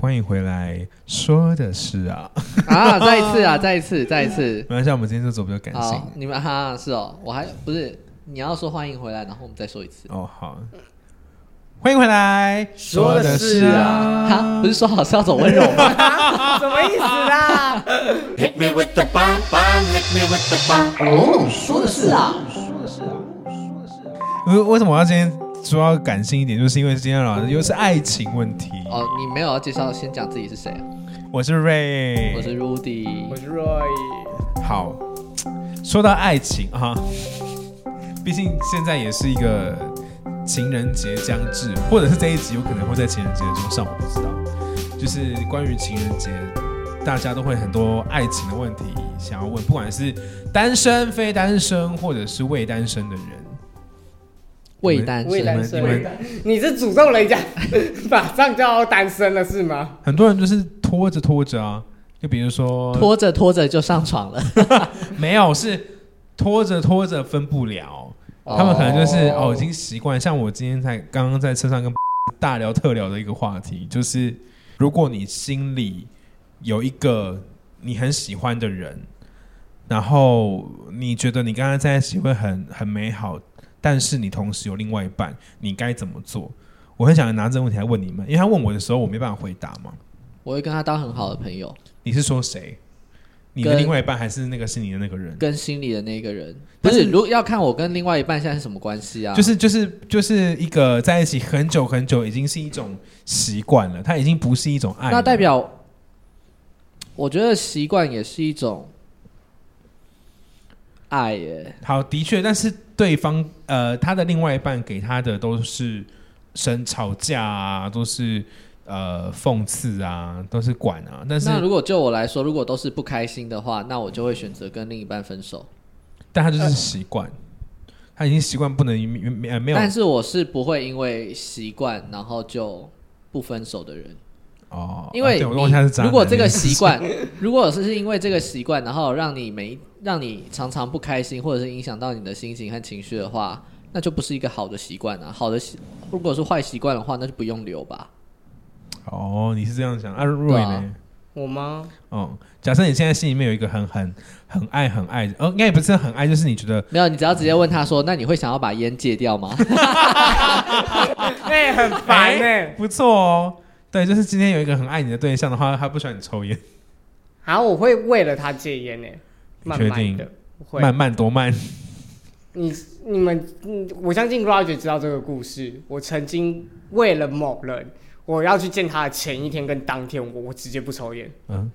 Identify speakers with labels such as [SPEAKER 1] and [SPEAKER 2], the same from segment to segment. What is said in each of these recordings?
[SPEAKER 1] 欢迎回来。说的是啊，
[SPEAKER 2] 啊！再一次啊，再一次，再一次。
[SPEAKER 1] 没关系，我们今天就走比较感性
[SPEAKER 2] 好，。你们哈、是哦，我还不是你要说欢迎回来，然后我们再说一次。
[SPEAKER 1] 哦，好，欢迎回来。
[SPEAKER 3] 说的是啊
[SPEAKER 2] 哈，不是说好是要走温柔吗？
[SPEAKER 3] 什么意思啦？
[SPEAKER 4] Hit me with the bomb bomb, hit me with the bomb.
[SPEAKER 1] 为为什么我要今天说要感性一点，就是因为今天老师又是爱情问题。
[SPEAKER 2] 哦，你没有要介绍，先讲自己是谁啊？
[SPEAKER 1] 我是 Ray，
[SPEAKER 2] 我是 Rudy
[SPEAKER 3] 我。是 Roy，
[SPEAKER 1] 好。说到爱情啊，毕竟现在也是一个情人节将至，或者是这一集有可能会在情人节中上，我不知道。就是关于情人节，大家都会很多爱情的问题想要问，不管是单身、非单身，或者是未单身的人。
[SPEAKER 2] 未单
[SPEAKER 3] 未
[SPEAKER 2] 身，
[SPEAKER 3] 单
[SPEAKER 1] 你
[SPEAKER 3] 身
[SPEAKER 1] 们，
[SPEAKER 3] 你是诅咒 人家，马上就要单身了是吗？
[SPEAKER 1] 很多人就是拖着拖着啊，就比如说
[SPEAKER 2] 拖着拖着就上床了。
[SPEAKER 1] 没有，是拖着拖着分不了，他们可能就是哦已经习惯。像我今天才刚刚在车上跟 大聊特聊的一个话题，就是如果你心里有一个你很喜欢的人，然后你觉得你跟他在一起会很很美好，但是你同时有另外一半，你该怎么做？我很想拿这个问题来问你们，因为他问我的时候我没办法回答嘛。
[SPEAKER 2] 我会跟他当很好的朋友，
[SPEAKER 1] 你是说谁？你的
[SPEAKER 2] 跟
[SPEAKER 1] 另外一半还是那个是你的那个人？
[SPEAKER 2] 跟心里的那个人。不
[SPEAKER 1] 但是
[SPEAKER 2] 是，如果要看我跟另外一半现在是什么关系啊？
[SPEAKER 1] 就是就是就是一个在一起很久很久，已经是一种习惯了，它已经不是一种爱了。
[SPEAKER 2] 那代表，我觉得习惯也是一种爱耶。
[SPEAKER 1] 好，的确，但是对方呃，他的另外一半给他的都是生吵架啊，都是呃讽刺啊，都是管啊，但是
[SPEAKER 2] 那如果就我来说，如果都是不开心的话，那我就会选择跟另一半分手。
[SPEAKER 1] 但他
[SPEAKER 2] 呃
[SPEAKER 1] 就是习惯，他已经习惯不能没没呃没有
[SPEAKER 2] 但是我是不会因为习惯然后就不分手的人，
[SPEAKER 1] 哦，
[SPEAKER 2] 因
[SPEAKER 1] 啊
[SPEAKER 2] 为
[SPEAKER 1] 对我
[SPEAKER 2] 你
[SPEAKER 1] 忘记他是渣男欸
[SPEAKER 2] 如果这个
[SPEAKER 1] 这件事
[SPEAKER 2] 习惯， 如果是因为这个习惯，然后让你没让你常常不开心，或者是影响到你的心情和情绪的话，那就不是一个好的习惯啊。好的习，如果是坏习惯的话，那就不用留吧。
[SPEAKER 1] 哦，你是这样想啊？瑞
[SPEAKER 2] 对
[SPEAKER 1] 呢？
[SPEAKER 2] 啊
[SPEAKER 3] 我吗？
[SPEAKER 1] 哦，假设你现在心里面有一个很很很爱很爱，呃，应该也不是很爱，就是你觉得
[SPEAKER 2] 没有，你只要直接问他说：“那你会想要把烟戒掉吗
[SPEAKER 3] 哎、很烦 哎、
[SPEAKER 1] 不错哦。对，就是今天有一个很爱你的对象的话，他不喜欢你抽烟，
[SPEAKER 3] 好，我会为了他戒烟呢、慢
[SPEAKER 1] 确
[SPEAKER 3] 慢
[SPEAKER 1] 定
[SPEAKER 3] 的，我会。
[SPEAKER 1] 慢慢多慢。
[SPEAKER 3] 你你们，嗯我相信 Roger 知道这个故事。我曾经为了某人，我要去见他的前一天跟当天，我我直接不抽烟。
[SPEAKER 1] 嗯，？”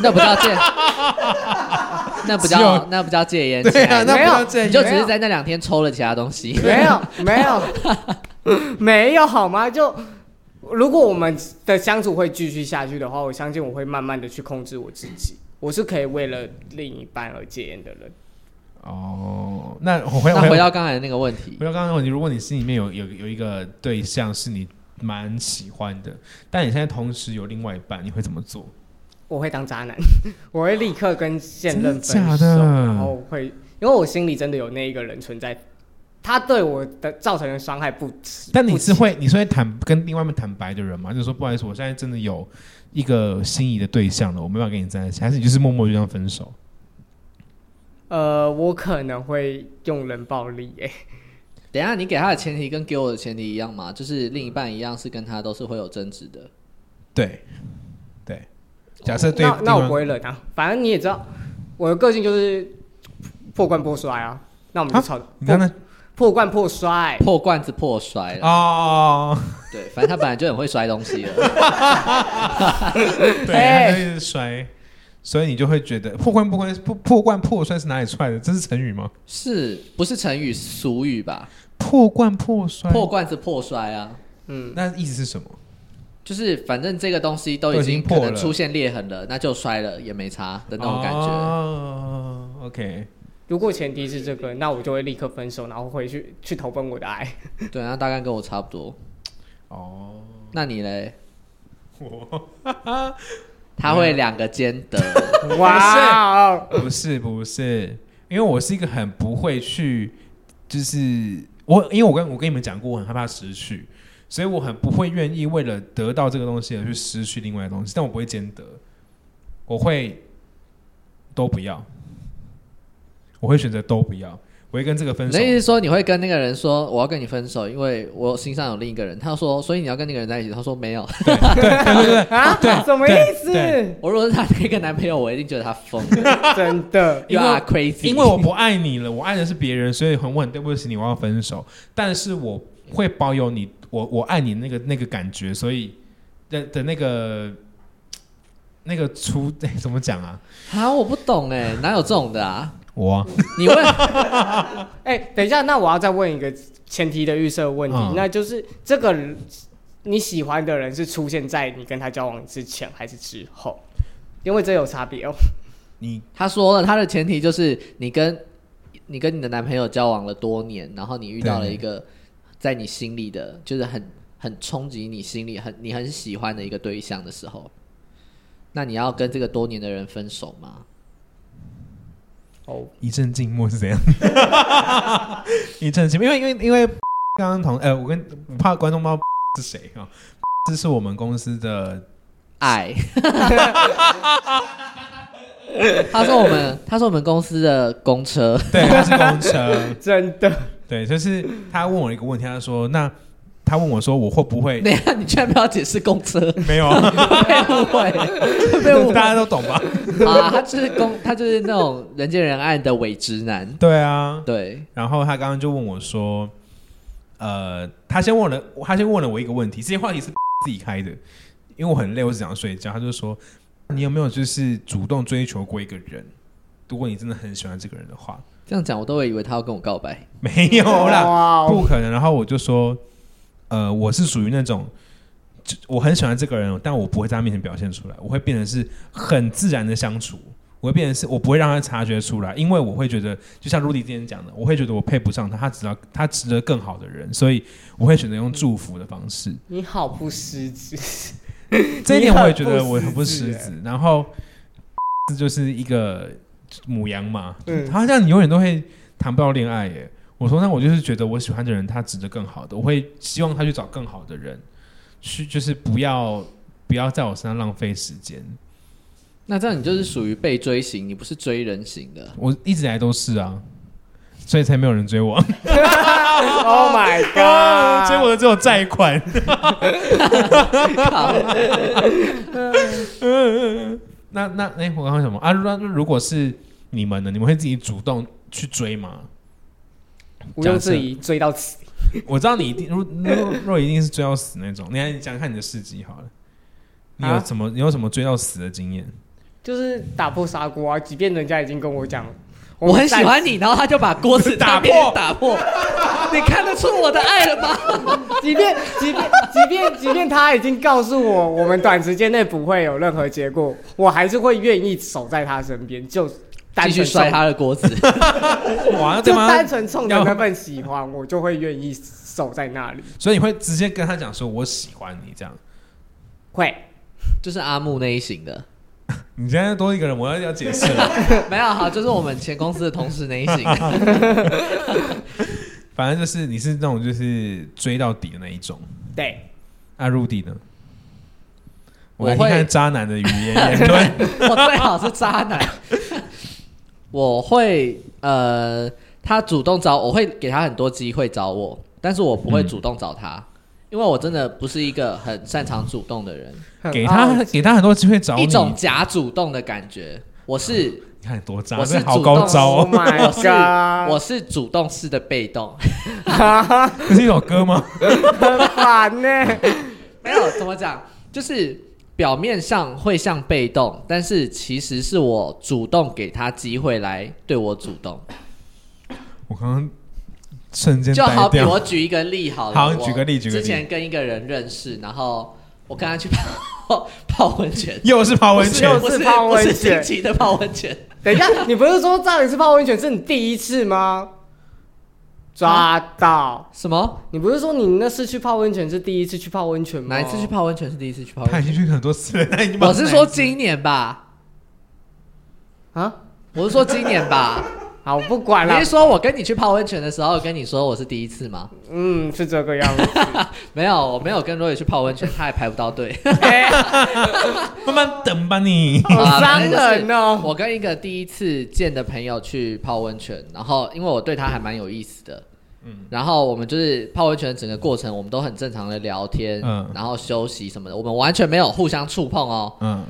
[SPEAKER 2] 那不叫戒，那不
[SPEAKER 1] 只有
[SPEAKER 2] 叫那不叫戒烟。
[SPEAKER 1] 对
[SPEAKER 2] 亲爱
[SPEAKER 1] 啊，
[SPEAKER 2] 的
[SPEAKER 1] 那不
[SPEAKER 3] 没有
[SPEAKER 1] 要这
[SPEAKER 2] 你就
[SPEAKER 1] 样。
[SPEAKER 2] 只是在那两天抽了其他东西。
[SPEAKER 3] 没有，没有，没有好吗？就如果我们的相处会继续下去的话，我相信我会慢慢的去控制我自己。我是可以为了另一半而戒烟的人。
[SPEAKER 1] 哦，那我回
[SPEAKER 2] 那
[SPEAKER 1] 回
[SPEAKER 2] 回
[SPEAKER 1] 到
[SPEAKER 2] 到刚才的那个问题
[SPEAKER 1] 回，到刚刚的问题，如果你心里面有有有一个对象是你蛮喜欢的，但你现在同时有另外一半，你会怎么做？
[SPEAKER 3] 我会当渣男， 我会立刻跟现任
[SPEAKER 1] 真的假
[SPEAKER 3] 分手，
[SPEAKER 1] 的
[SPEAKER 3] 然后会，因为我心里真的有那一个人存在，他对我的造成的伤害不，
[SPEAKER 1] 但你是会你是会坦跟另外一半坦白的人吗？就是说不好意思，我现在真的有一个心仪的对象了，我没办法跟你在一起，还是你就是默默就这样分手？
[SPEAKER 3] 呃，我可能会用人暴力、欸，
[SPEAKER 2] 等一下你给他的前提跟给我的前提一样嘛？就是另一半一样是跟他都是会有争执的。
[SPEAKER 1] 对，对。假设对
[SPEAKER 3] 那
[SPEAKER 1] 地
[SPEAKER 3] 那我
[SPEAKER 1] 方
[SPEAKER 3] 不会忍啊，反正你也知道，我的个性就是破罐破摔啊，那我们就
[SPEAKER 1] 啊
[SPEAKER 3] 吵，
[SPEAKER 1] 你刚才
[SPEAKER 3] 破罐破摔，
[SPEAKER 2] 破罐子破摔了，
[SPEAKER 1] 哦，
[SPEAKER 2] 对，反正他本来就很会摔东西了。
[SPEAKER 1] 对，
[SPEAKER 3] 哎
[SPEAKER 1] 他就一直摔，所以你就会觉得破罐破罐破破罐破摔是哪里出来的？这是成语吗？
[SPEAKER 2] 是不是成语俗语吧？
[SPEAKER 1] 破罐破摔，
[SPEAKER 2] 破罐子破摔啊，
[SPEAKER 3] 嗯，
[SPEAKER 1] 那意思是什么？
[SPEAKER 2] 就是反正这个东西都
[SPEAKER 1] 都
[SPEAKER 2] 已
[SPEAKER 1] 已经
[SPEAKER 2] 经
[SPEAKER 1] 破
[SPEAKER 2] 可
[SPEAKER 1] 了
[SPEAKER 2] 能出现裂痕了，那就摔了也没差的那种感觉。
[SPEAKER 1] 哦，OK，
[SPEAKER 3] 如果前提是这个，那我就会立刻分手，然后回去去投奔我 的爱。
[SPEAKER 2] 对，那大概跟我差不多。
[SPEAKER 1] 哦，
[SPEAKER 2] 那你嘞？
[SPEAKER 1] 我
[SPEAKER 2] 他会两个兼得，
[SPEAKER 3] 哇哦，
[SPEAKER 1] 不是不是，因为我是一个很不会去，就是我，因为我跟我跟你们讲过，我很害怕失去，所以我很不会愿意为了得到这个东西而去失去另外的东西，但我不会兼得，我会都不要，我会选择都不要，我会跟这个分
[SPEAKER 2] 你
[SPEAKER 1] 手
[SPEAKER 2] 的。意思是说你会跟那个人说我要跟你分手，因为我心上有另一个人。他说，所以你要跟那个人在一起。他说没有。
[SPEAKER 3] 啊，什么意思？
[SPEAKER 1] 对
[SPEAKER 2] 我如果是他那个男朋友，我一定觉得他疯了
[SPEAKER 3] 真的，
[SPEAKER 2] ，You are crazy。
[SPEAKER 1] 因为我不爱你了，我爱的是别人，所以很我很对不起你，我要分手。但是我会保有你，我我爱你那个那个感觉，所以的的那个那个出、哎怎么讲啊？
[SPEAKER 2] 啊，我不懂哎，哪有这种的啊？
[SPEAKER 1] 我啊
[SPEAKER 2] 你问
[SPEAKER 3] 哎、等一下，那我要再问一个前提的预设问题，
[SPEAKER 1] 嗯
[SPEAKER 3] 那就是这个人你喜欢的人是出现在你跟他交往之前还是之后？因为这有差别哦。
[SPEAKER 1] 你
[SPEAKER 2] 他说了，他的前提就是你跟你跟你的男朋友交往了多年，然后你遇到了
[SPEAKER 1] 对
[SPEAKER 2] 一个嗯在你心里的，就是很很冲击你心里很你很喜欢的一个对象的时候，那你要跟这个多年的人分手吗？
[SPEAKER 3] 哦，
[SPEAKER 1] 一阵静默是怎样？ 一阵静默，因为因为因为刚刚同呃，我跟我怕观众不知道是谁啊。这是我们公司的，
[SPEAKER 2] 爱， 他说我们他说我们公司的公车，
[SPEAKER 1] 对，他是公车，
[SPEAKER 3] 真的，
[SPEAKER 1] 对，就是他问我一个问题，他说：“那他问我说我会不 会
[SPEAKER 2] 等一下你居然不要解释公车，
[SPEAKER 1] 没有啊？”
[SPEAKER 2] 被误会，被误
[SPEAKER 1] 大家都懂吧？
[SPEAKER 2] 会啊！他就是公，他就是那种人见人爱的伪直男，
[SPEAKER 1] 对啊，
[SPEAKER 2] 对，
[SPEAKER 1] 然后他刚刚就问我说，呃，他先问了，他先问了我一个问题，这些话题是 自己开的，因为我很累，我只想睡觉。他就说，你有没有就是主动追求过一个人？如果你真的很喜欢这个人的话，
[SPEAKER 2] 这样讲我都会以为他要跟我告白。
[SPEAKER 1] 没有啦，
[SPEAKER 3] 哇哦，
[SPEAKER 1] 不可能。然后我就说，呃，我是属于那种。就我很喜欢这个人，哦但我不会在他面前表现出来，我会变成是很自然的相处，我会变成是我不会让他察觉出来，因为我会觉得，就像 Rudy 之前讲的，我会觉得我配不上他，他只要他值得更好的人，所以我会选择用祝福的方式。
[SPEAKER 3] 你好不失职，
[SPEAKER 1] 这一点我也觉得
[SPEAKER 3] 你
[SPEAKER 1] 我
[SPEAKER 3] 很
[SPEAKER 1] 很
[SPEAKER 3] 不
[SPEAKER 1] 不
[SPEAKER 3] 识
[SPEAKER 1] 识
[SPEAKER 3] 字
[SPEAKER 1] 字。然后这就是一个母羊嘛，
[SPEAKER 3] 嗯
[SPEAKER 1] 他这样你永远都会谈不到恋爱耶。我说那我就是觉得我喜欢的人，他值得更好的，我会希望他去找更好的人，去就是不要不要在我身上浪费时间。
[SPEAKER 2] 那这样你就是属于被追型，你不是追人型的。
[SPEAKER 1] 我一直以来都是啊，所以才没有人追我，
[SPEAKER 3] Oh my
[SPEAKER 1] 追
[SPEAKER 3] god！
[SPEAKER 1] 我的只有债款。
[SPEAKER 2] 靠
[SPEAKER 1] 那那哎、我刚刚什么啊？那那如果是你们呢？你们会自己主动去追吗？
[SPEAKER 3] 毋庸置疑，追到死。
[SPEAKER 1] 我知道你一定，若若若一定是追到死那种。你来讲看你的事迹好了，你有
[SPEAKER 3] 啊
[SPEAKER 1] 什么、你有什么追到死的经验？
[SPEAKER 3] 就是打破砂锅啊！即便人家已经跟我讲，
[SPEAKER 2] 我很
[SPEAKER 3] 们
[SPEAKER 2] 喜欢你，然后他就把锅子
[SPEAKER 1] 打破
[SPEAKER 2] 在面前打破。你看得出我的爱了吗？
[SPEAKER 3] 暂时，即便即便即便即便他已经告诉我，我们短时间内不会有任何结果，我还是会愿意守在他身边，就单
[SPEAKER 2] 继续
[SPEAKER 3] 纯
[SPEAKER 2] 摔
[SPEAKER 3] 送，
[SPEAKER 2] 他的锅子。
[SPEAKER 1] 哇，那
[SPEAKER 3] 就
[SPEAKER 1] 对吗？
[SPEAKER 3] 单纯冲着
[SPEAKER 1] 要
[SPEAKER 3] 那份喜欢，我就会愿意守在那里。
[SPEAKER 1] 所以你会直接跟他讲说我喜欢你这样。
[SPEAKER 3] 会，
[SPEAKER 2] 就是阿木那一型的，
[SPEAKER 1] 你现在多一个人，我要要解释了。
[SPEAKER 2] 没有好，就是我们前公司的同事那一型。
[SPEAKER 1] 反正就是你是那种就是追到底的那一种。
[SPEAKER 3] 对，
[SPEAKER 1] 那、啊、Rudy 呢？我
[SPEAKER 2] 我
[SPEAKER 1] 来
[SPEAKER 2] 会
[SPEAKER 1] 听看渣男的语言言 论。
[SPEAKER 2] 我最好是渣男。 我会呃，他主动找我会给他很多机会找我，但是我不
[SPEAKER 1] 嗯
[SPEAKER 2] 会主动找他，因为我真的不是一个很擅长主动的人，
[SPEAKER 3] 很
[SPEAKER 1] 给
[SPEAKER 3] 傲
[SPEAKER 1] 他
[SPEAKER 3] 气
[SPEAKER 1] 给他很多机会找你，
[SPEAKER 2] 哦一种
[SPEAKER 1] 你
[SPEAKER 2] 假主动的感觉。我是
[SPEAKER 1] 看多渣，
[SPEAKER 2] 我是
[SPEAKER 1] 这啊好
[SPEAKER 2] 主
[SPEAKER 1] 高
[SPEAKER 2] 动
[SPEAKER 1] 招
[SPEAKER 3] ，Oh
[SPEAKER 1] 哦！
[SPEAKER 2] 我
[SPEAKER 3] my
[SPEAKER 2] 是
[SPEAKER 3] god！
[SPEAKER 2] 我是主动式的被动，
[SPEAKER 1] 这是一首歌吗？
[SPEAKER 3] 很烦呢、
[SPEAKER 2] 没有怎么讲，就是表面上会像被动，但是其实是我主动给他机会来对我主动。
[SPEAKER 1] 我刚刚瞬间
[SPEAKER 2] 就
[SPEAKER 1] 呆
[SPEAKER 2] 好比
[SPEAKER 1] 掉。
[SPEAKER 2] 我举一个例好了，
[SPEAKER 1] 好
[SPEAKER 2] 我
[SPEAKER 1] 举个例举个例
[SPEAKER 2] 之前跟一个人认识，然后我跟他去泡 泡温泉，
[SPEAKER 1] 又是泡温
[SPEAKER 2] 不是
[SPEAKER 1] 泉，
[SPEAKER 2] 不
[SPEAKER 3] 又
[SPEAKER 2] 是
[SPEAKER 3] 是泡温
[SPEAKER 2] 不
[SPEAKER 3] 泉
[SPEAKER 2] 是近期的泡温泉，
[SPEAKER 3] 等一下，你不是说上一次泡温泉是你第一次吗？抓到！
[SPEAKER 2] 什么？
[SPEAKER 3] 你不是说你那次去泡温泉是第一次去泡温泉吗？
[SPEAKER 2] 哪一次去？泡温泉是第一次去泡
[SPEAKER 1] 他
[SPEAKER 2] 温
[SPEAKER 1] 已
[SPEAKER 2] 泉？
[SPEAKER 1] 经去很多次了，他已经把
[SPEAKER 2] 我是说今年吧，
[SPEAKER 3] 啊
[SPEAKER 2] 我是说今年吧，
[SPEAKER 3] 好，我不管了
[SPEAKER 2] 你是。说我跟你去泡温泉的时候跟你说我是第一次吗？
[SPEAKER 3] 嗯，是这个 样子。
[SPEAKER 2] 没有，我没有跟若雨去泡温泉，他还排不到队。
[SPEAKER 3] 哎
[SPEAKER 1] 慢慢等吧你。
[SPEAKER 3] 好
[SPEAKER 2] 啊
[SPEAKER 3] 伤
[SPEAKER 2] 反正
[SPEAKER 3] 人哦
[SPEAKER 2] 就是我跟一个第一次见的朋友去泡温泉，然后因为我对他还蛮有意思的，嗯，然后我们就是泡温泉整个过程，我们都很正常的聊天，
[SPEAKER 1] 嗯
[SPEAKER 2] 然后休息什么的，我们完全没有互相触碰哦。
[SPEAKER 1] 嗯，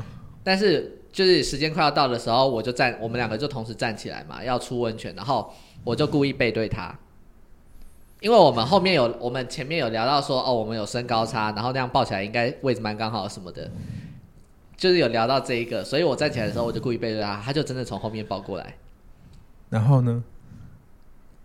[SPEAKER 2] 但是就是时间快要到的时候，我就站，我们两个就同时站起来嘛，要出温泉，然后我就故意背对他，因为我们后面有，我们前面有聊到说，哦，我们有身高差，然后那样抱起来应该位置蛮刚好什么的，就是有聊到这一个，所以我站起来的时候我就故意背对他，他就真的从后面抱过来，
[SPEAKER 1] 然后呢？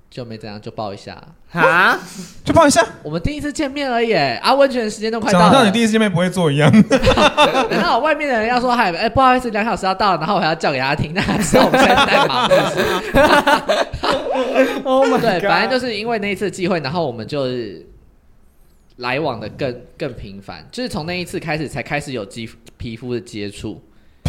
[SPEAKER 2] 就没怎样，就抱一下。
[SPEAKER 3] 啊！
[SPEAKER 1] 就抱一下，
[SPEAKER 2] 我们第一次见面而已，啊，温泉时间都快
[SPEAKER 1] 讲
[SPEAKER 2] 到
[SPEAKER 1] 得像
[SPEAKER 2] 了
[SPEAKER 1] 你，第一次见面不会做一样。
[SPEAKER 2] 等到外面的人要说嗨，哎、不好意思，两小时要到了，然后我还要叫给他听，那还是我们现在在忙。
[SPEAKER 3] Oh my
[SPEAKER 2] 对，
[SPEAKER 3] god！
[SPEAKER 2] 反正就是因为那一次机会，然后我们就是来往的更更频繁，就是从那一次开始才开始有肌皮肤的接触。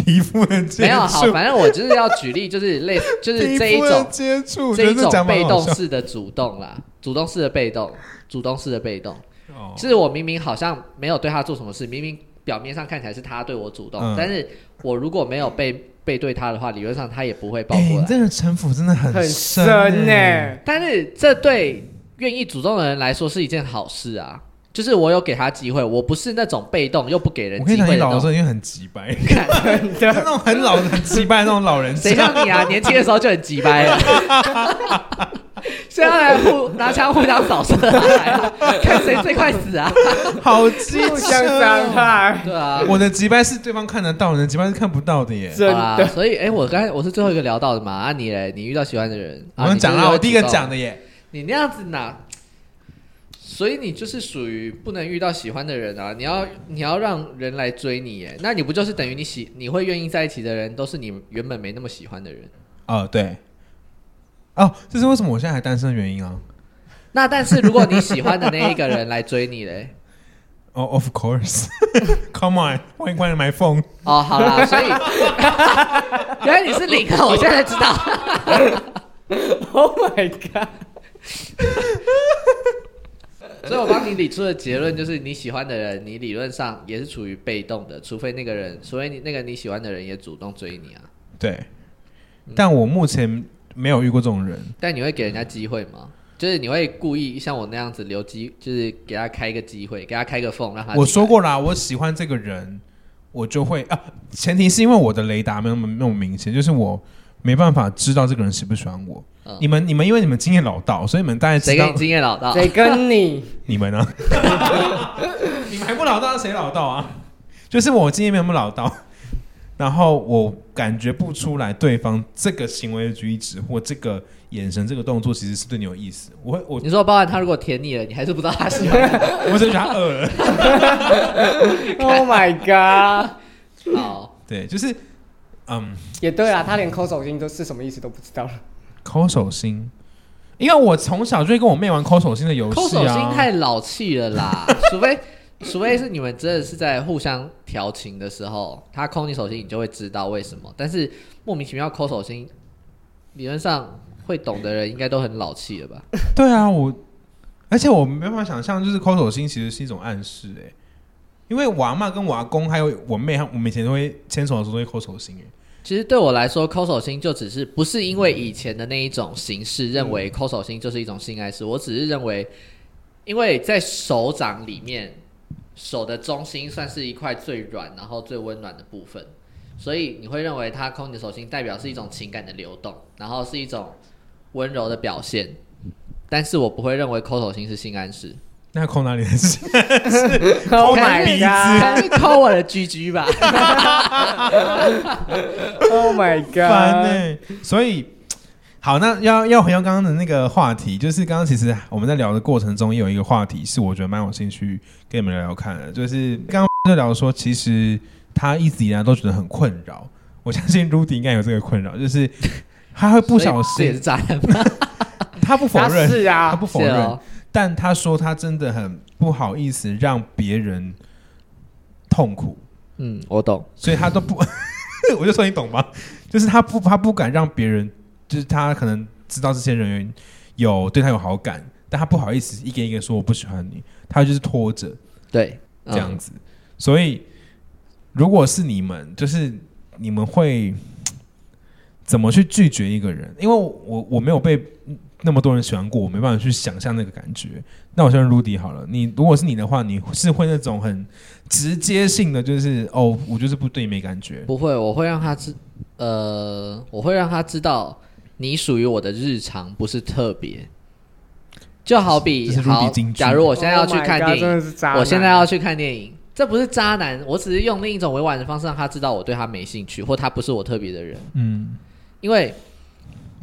[SPEAKER 1] 皮肤的接触，
[SPEAKER 2] 没有好，反正我就是要举例，就是 类似就是这一
[SPEAKER 1] 皮肤的
[SPEAKER 2] 种
[SPEAKER 1] 接触，
[SPEAKER 2] 这一
[SPEAKER 1] 觉得
[SPEAKER 2] 种
[SPEAKER 1] 讲得
[SPEAKER 2] 被
[SPEAKER 1] 蛮好
[SPEAKER 2] 动
[SPEAKER 1] 笑
[SPEAKER 2] 式的主动啦，主动式的被动，主动式的被动，
[SPEAKER 1] 哦
[SPEAKER 2] 是我明明好像没有对他做什么事，明明表面上看起来是他对我主动，
[SPEAKER 1] 嗯
[SPEAKER 2] 但是我如果没有被背对他的话，理论上他也不会抱
[SPEAKER 1] 哎，
[SPEAKER 2] 过
[SPEAKER 1] 你
[SPEAKER 2] 来。
[SPEAKER 1] 这个城府真的很
[SPEAKER 3] 很
[SPEAKER 1] 深欸
[SPEAKER 3] 深
[SPEAKER 1] 呢、
[SPEAKER 3] 呢、
[SPEAKER 2] 但是这对愿意主动的人来说是一件好事啊。就是我有给他机会，我不是那种被动又不给人
[SPEAKER 1] 我跟
[SPEAKER 2] 机
[SPEAKER 1] 你讲，
[SPEAKER 2] 会
[SPEAKER 1] 你
[SPEAKER 2] 的
[SPEAKER 1] 老
[SPEAKER 2] 那
[SPEAKER 1] 的时
[SPEAKER 2] 种。
[SPEAKER 1] 候因为很急掰， 是
[SPEAKER 3] 真
[SPEAKER 1] 那
[SPEAKER 3] 的
[SPEAKER 1] 种很老的、很急掰的那种老人
[SPEAKER 2] 谁
[SPEAKER 1] 家。
[SPEAKER 2] 像 你啊？年轻的时候就很急掰了， 现在来互拿枪互相扫射啊，来啊看谁最快死啊！
[SPEAKER 1] 好机
[SPEAKER 3] 互相欸伤
[SPEAKER 1] 车！
[SPEAKER 3] 害，
[SPEAKER 2] 对啊，
[SPEAKER 1] 我的急掰是对方看得到，你的急掰是看不到的耶。
[SPEAKER 3] 真
[SPEAKER 2] 好啦
[SPEAKER 3] 的。
[SPEAKER 2] 所以哎、我刚才我是最后一个聊到的嘛，啊你嘞，你遇到喜欢的人，啊
[SPEAKER 1] 我们讲
[SPEAKER 2] 了，
[SPEAKER 1] 了，我第一个讲，的耶。
[SPEAKER 2] 你那样子哪？所以你就是属于不能遇到喜欢的人啊！你要你要让人来追你耶，那你不就是等于你喜你会愿意在一起的人，都是你原本没那么喜欢的人。
[SPEAKER 1] 哦，对。哦，这是为什么我现在还单身的原因啊。
[SPEAKER 2] 那但是如果你喜欢的那一个人来追你嘞，
[SPEAKER 1] 哦、o f course 。Come on，欢迎光临 my phone。
[SPEAKER 2] 哦，好啦， 所以原来你是零啊！我现在才知道，
[SPEAKER 3] Oh my god！
[SPEAKER 2] 所以我帮你理出的结论就是，你喜欢的人，你理论上也是处于被动的，除非那个人，除非你那个你喜欢的人也主动追你啊。
[SPEAKER 1] 对，但我目前没有遇过这种人。
[SPEAKER 2] 但你会给人家机会吗？就是你会故意像我那样子留机，就是给他开一个机会，给他开个缝，让他
[SPEAKER 1] 我说过啦，我喜欢这个人，我就会啊。前提是因为我的雷达没有那么那么明显，就是我没办法知道这个人喜不喜欢我。
[SPEAKER 2] 嗯
[SPEAKER 1] 你们你们因为你们经验老道，所以你们大概知
[SPEAKER 2] 谁给你
[SPEAKER 1] 道
[SPEAKER 2] 经验老道？
[SPEAKER 3] 谁跟你？
[SPEAKER 1] 你们 啊，你们还不老道，谁老道啊？就是我经验没有那么老道，然后我感觉不出来对方这个行为举止或这个眼神、这个动作其实是对你有意思。我会我
[SPEAKER 2] 你说，包含他如果舔你了，你还是不知道他喜欢 你。
[SPEAKER 1] 我只觉得他饿了。
[SPEAKER 3] Oh my god！
[SPEAKER 2] 好，
[SPEAKER 1] 对，就是嗯。
[SPEAKER 3] 也对啦，他连抠手心都是什么意思都不知道 了。
[SPEAKER 1] 抠手心，因为我从小就会跟我妹玩抠手心的游戏啊。
[SPEAKER 2] 抠手心太老气了啦，除非除非是你们真的是在互相调情的时候，他抠你手心，你就会知道为什么。但是莫名其妙抠手心，理论上会懂的人应该都很老气了吧？
[SPEAKER 1] 对啊，我而且我没办法想象，就是抠手心其实是一种暗示哎、因为我阿妈跟我阿公还有我妹，我们以前都会牵手的时候都会抠手心哎、
[SPEAKER 2] 其实对我来说，抠手心就只是不是因为以前的那一种形
[SPEAKER 1] 嗯
[SPEAKER 2] 式认为抠手心就是一种性暗示，我只是认为，因为在手掌里面，手的中心算是一块最软然后最温暖的部分，所以你会认为它抠你的手心代表是一种情感的流动，然后是一种温柔的表现，但是我不会认为抠手心是性暗示，
[SPEAKER 1] 那抠哪里的心？
[SPEAKER 3] Oh
[SPEAKER 1] 鼻
[SPEAKER 3] my
[SPEAKER 1] 子
[SPEAKER 2] 可
[SPEAKER 3] god！
[SPEAKER 2] 能是抠我的居居 吧。
[SPEAKER 3] Oh my
[SPEAKER 1] 烦呢、
[SPEAKER 2] 欸
[SPEAKER 3] god！
[SPEAKER 1] 所以。好，那要要回到刚刚的那个话题，就是刚刚其实我们在聊的过程中，也有一个话题是我觉得蛮有兴趣跟你们聊聊看的，就是刚刚就聊说，其实他一直以来都觉得很困扰，我相信 Rudy 应该有这个困扰，就是他会不小
[SPEAKER 2] 所以这也是
[SPEAKER 1] 心，
[SPEAKER 2] 渣男吧？
[SPEAKER 1] 他不否
[SPEAKER 3] 他
[SPEAKER 1] 认，
[SPEAKER 3] 是
[SPEAKER 1] 他
[SPEAKER 3] 啊，
[SPEAKER 1] 不否
[SPEAKER 2] 是
[SPEAKER 1] 认，
[SPEAKER 2] 哦，
[SPEAKER 1] 但他说他真的很不好意思让别人痛苦，
[SPEAKER 2] 嗯，我懂。
[SPEAKER 1] 所以他都不，我就说你懂吧，就是他不他不敢让别人，就是他可能知道这些人员有对他有好感，但他不好意思一个一个说我不喜欢你，他就是拖着
[SPEAKER 2] 对，嗯
[SPEAKER 1] 这样子。所以，如果是你们，就是你们会怎么去拒绝一个人？因为我我没有被那么多人喜欢过，我没办法去想象那个感觉。那我先问 Rudy 好了，你如果是你的话，你是会那种很直接性的，就是哦，我就是不对你没感觉。
[SPEAKER 2] 不会，我会让他知，呃，我会让他知道你属于我的日常，不是特别。就好
[SPEAKER 1] 这
[SPEAKER 2] 比
[SPEAKER 1] 是 Rudy
[SPEAKER 2] 好
[SPEAKER 1] 金，句
[SPEAKER 2] 假如我现在要去
[SPEAKER 3] Oh my
[SPEAKER 2] 看
[SPEAKER 3] God，
[SPEAKER 2] 电
[SPEAKER 3] 真
[SPEAKER 2] 影
[SPEAKER 3] 的是渣男
[SPEAKER 2] 我现在要去看电影，这不是渣男，我只是用另一种委婉的方式让他知道我对他没兴趣，或他不是我特别的人。
[SPEAKER 1] 嗯，
[SPEAKER 2] 因为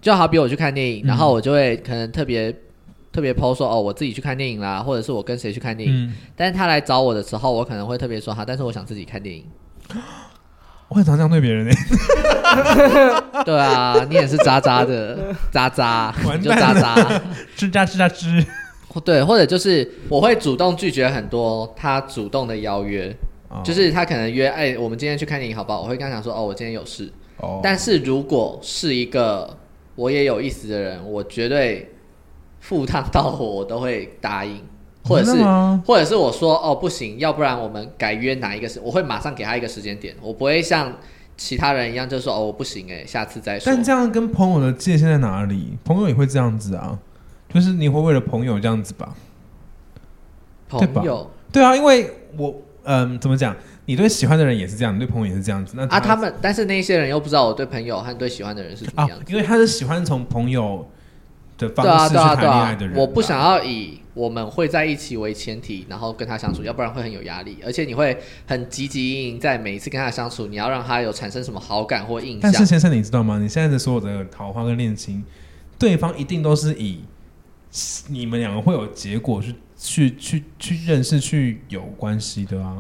[SPEAKER 2] 就好比我去看电影，
[SPEAKER 1] 嗯
[SPEAKER 2] 然后我就会可能特别特别 PO 说哦，我自己去看电影啦，或者是我跟谁去看电影。
[SPEAKER 1] 嗯，
[SPEAKER 2] 但是他来找我的时候，我可能会特别说哈，但是我想自己看电影。
[SPEAKER 1] 我很常这样对别人诶、欸
[SPEAKER 2] 对啊，你也是渣 渣的渣渣，
[SPEAKER 1] 完
[SPEAKER 2] 你就
[SPEAKER 1] 蛋
[SPEAKER 2] 渣
[SPEAKER 1] 了
[SPEAKER 2] 渣。
[SPEAKER 1] 吱喳吱喳吱。
[SPEAKER 2] 对，或者就是我会主动拒绝很多他主动的邀约，
[SPEAKER 1] 哦
[SPEAKER 2] 就是他可能约哎，我们今天去看电影好不好？我会跟他讲说哦，我今天有事。
[SPEAKER 1] 哦，
[SPEAKER 2] 但是如果是一个我也有意思的人，我绝对赴汤蹈火，我都会答应，或者
[SPEAKER 1] 哦真
[SPEAKER 2] 是
[SPEAKER 1] 的吗
[SPEAKER 2] 或者是我说哦不行，要不然我们改约哪一个时，我会马上给他一个时间点，我不会像其他人一样就说哦我不行哎、下次再说。
[SPEAKER 1] 但这样跟朋友的界限在哪里？朋友也会这样子啊，就是你会为了朋友这样子吧？对吧
[SPEAKER 2] 朋友
[SPEAKER 1] 对啊，因为我嗯，怎么讲？你对喜欢的人也是这样，你对朋友也是这样子。那
[SPEAKER 2] 啊，他们但是那些人又不知道我对朋友和对喜欢的人是什么
[SPEAKER 1] 啊
[SPEAKER 2] 样子，。
[SPEAKER 1] 因为他是喜欢从朋友的方
[SPEAKER 2] 对啊，
[SPEAKER 1] 式去
[SPEAKER 2] 对啊，
[SPEAKER 1] 谈
[SPEAKER 2] 对
[SPEAKER 1] 恋爱
[SPEAKER 2] 啊
[SPEAKER 1] 的人、！
[SPEAKER 2] 我不想。要以我们会在一起为前提，然后跟他相处，要不然会很有压力，而且你会很积极应在每一次跟他相处，你要让他有产生什么好感或印
[SPEAKER 1] 但是
[SPEAKER 2] 象。
[SPEAKER 1] 先生，你知道吗？你现在的所有的桃花跟恋情，对方一定都是以你们两个会有结果去去去去认识、去有关系的啊。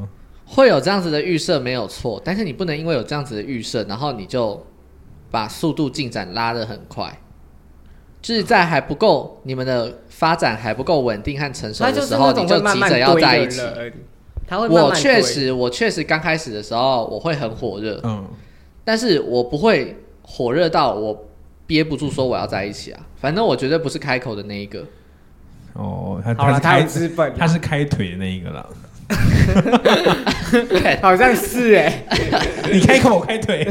[SPEAKER 2] 会有这样子的预设没有错，但是你不能因为有这样子的预设，然后你就把速度进展拉得很快，就是在还不够你们的发展还不够稳定和成熟
[SPEAKER 3] 他
[SPEAKER 2] 的
[SPEAKER 3] 就是
[SPEAKER 2] 时候，
[SPEAKER 3] 那
[SPEAKER 2] 你
[SPEAKER 3] 种会慢
[SPEAKER 2] 急
[SPEAKER 3] 慢
[SPEAKER 2] 着要
[SPEAKER 3] 堆
[SPEAKER 2] 在
[SPEAKER 3] 的
[SPEAKER 2] 一起。
[SPEAKER 3] 人，他会慢慢
[SPEAKER 2] 我确
[SPEAKER 3] 堆
[SPEAKER 2] 实，我确实刚开始的时候我会很火热，
[SPEAKER 1] 嗯，
[SPEAKER 2] 但是我不会火热到我憋不住说我要在一起啊。反正我绝对不是开口的那一个。
[SPEAKER 1] 哦，他
[SPEAKER 3] 好
[SPEAKER 1] 他
[SPEAKER 3] 了，
[SPEAKER 1] 是
[SPEAKER 3] 他
[SPEAKER 1] 开
[SPEAKER 3] 有资本，
[SPEAKER 1] 他是开腿的那一个啦。
[SPEAKER 3] 好像是哎，
[SPEAKER 1] 你开口，我开腿。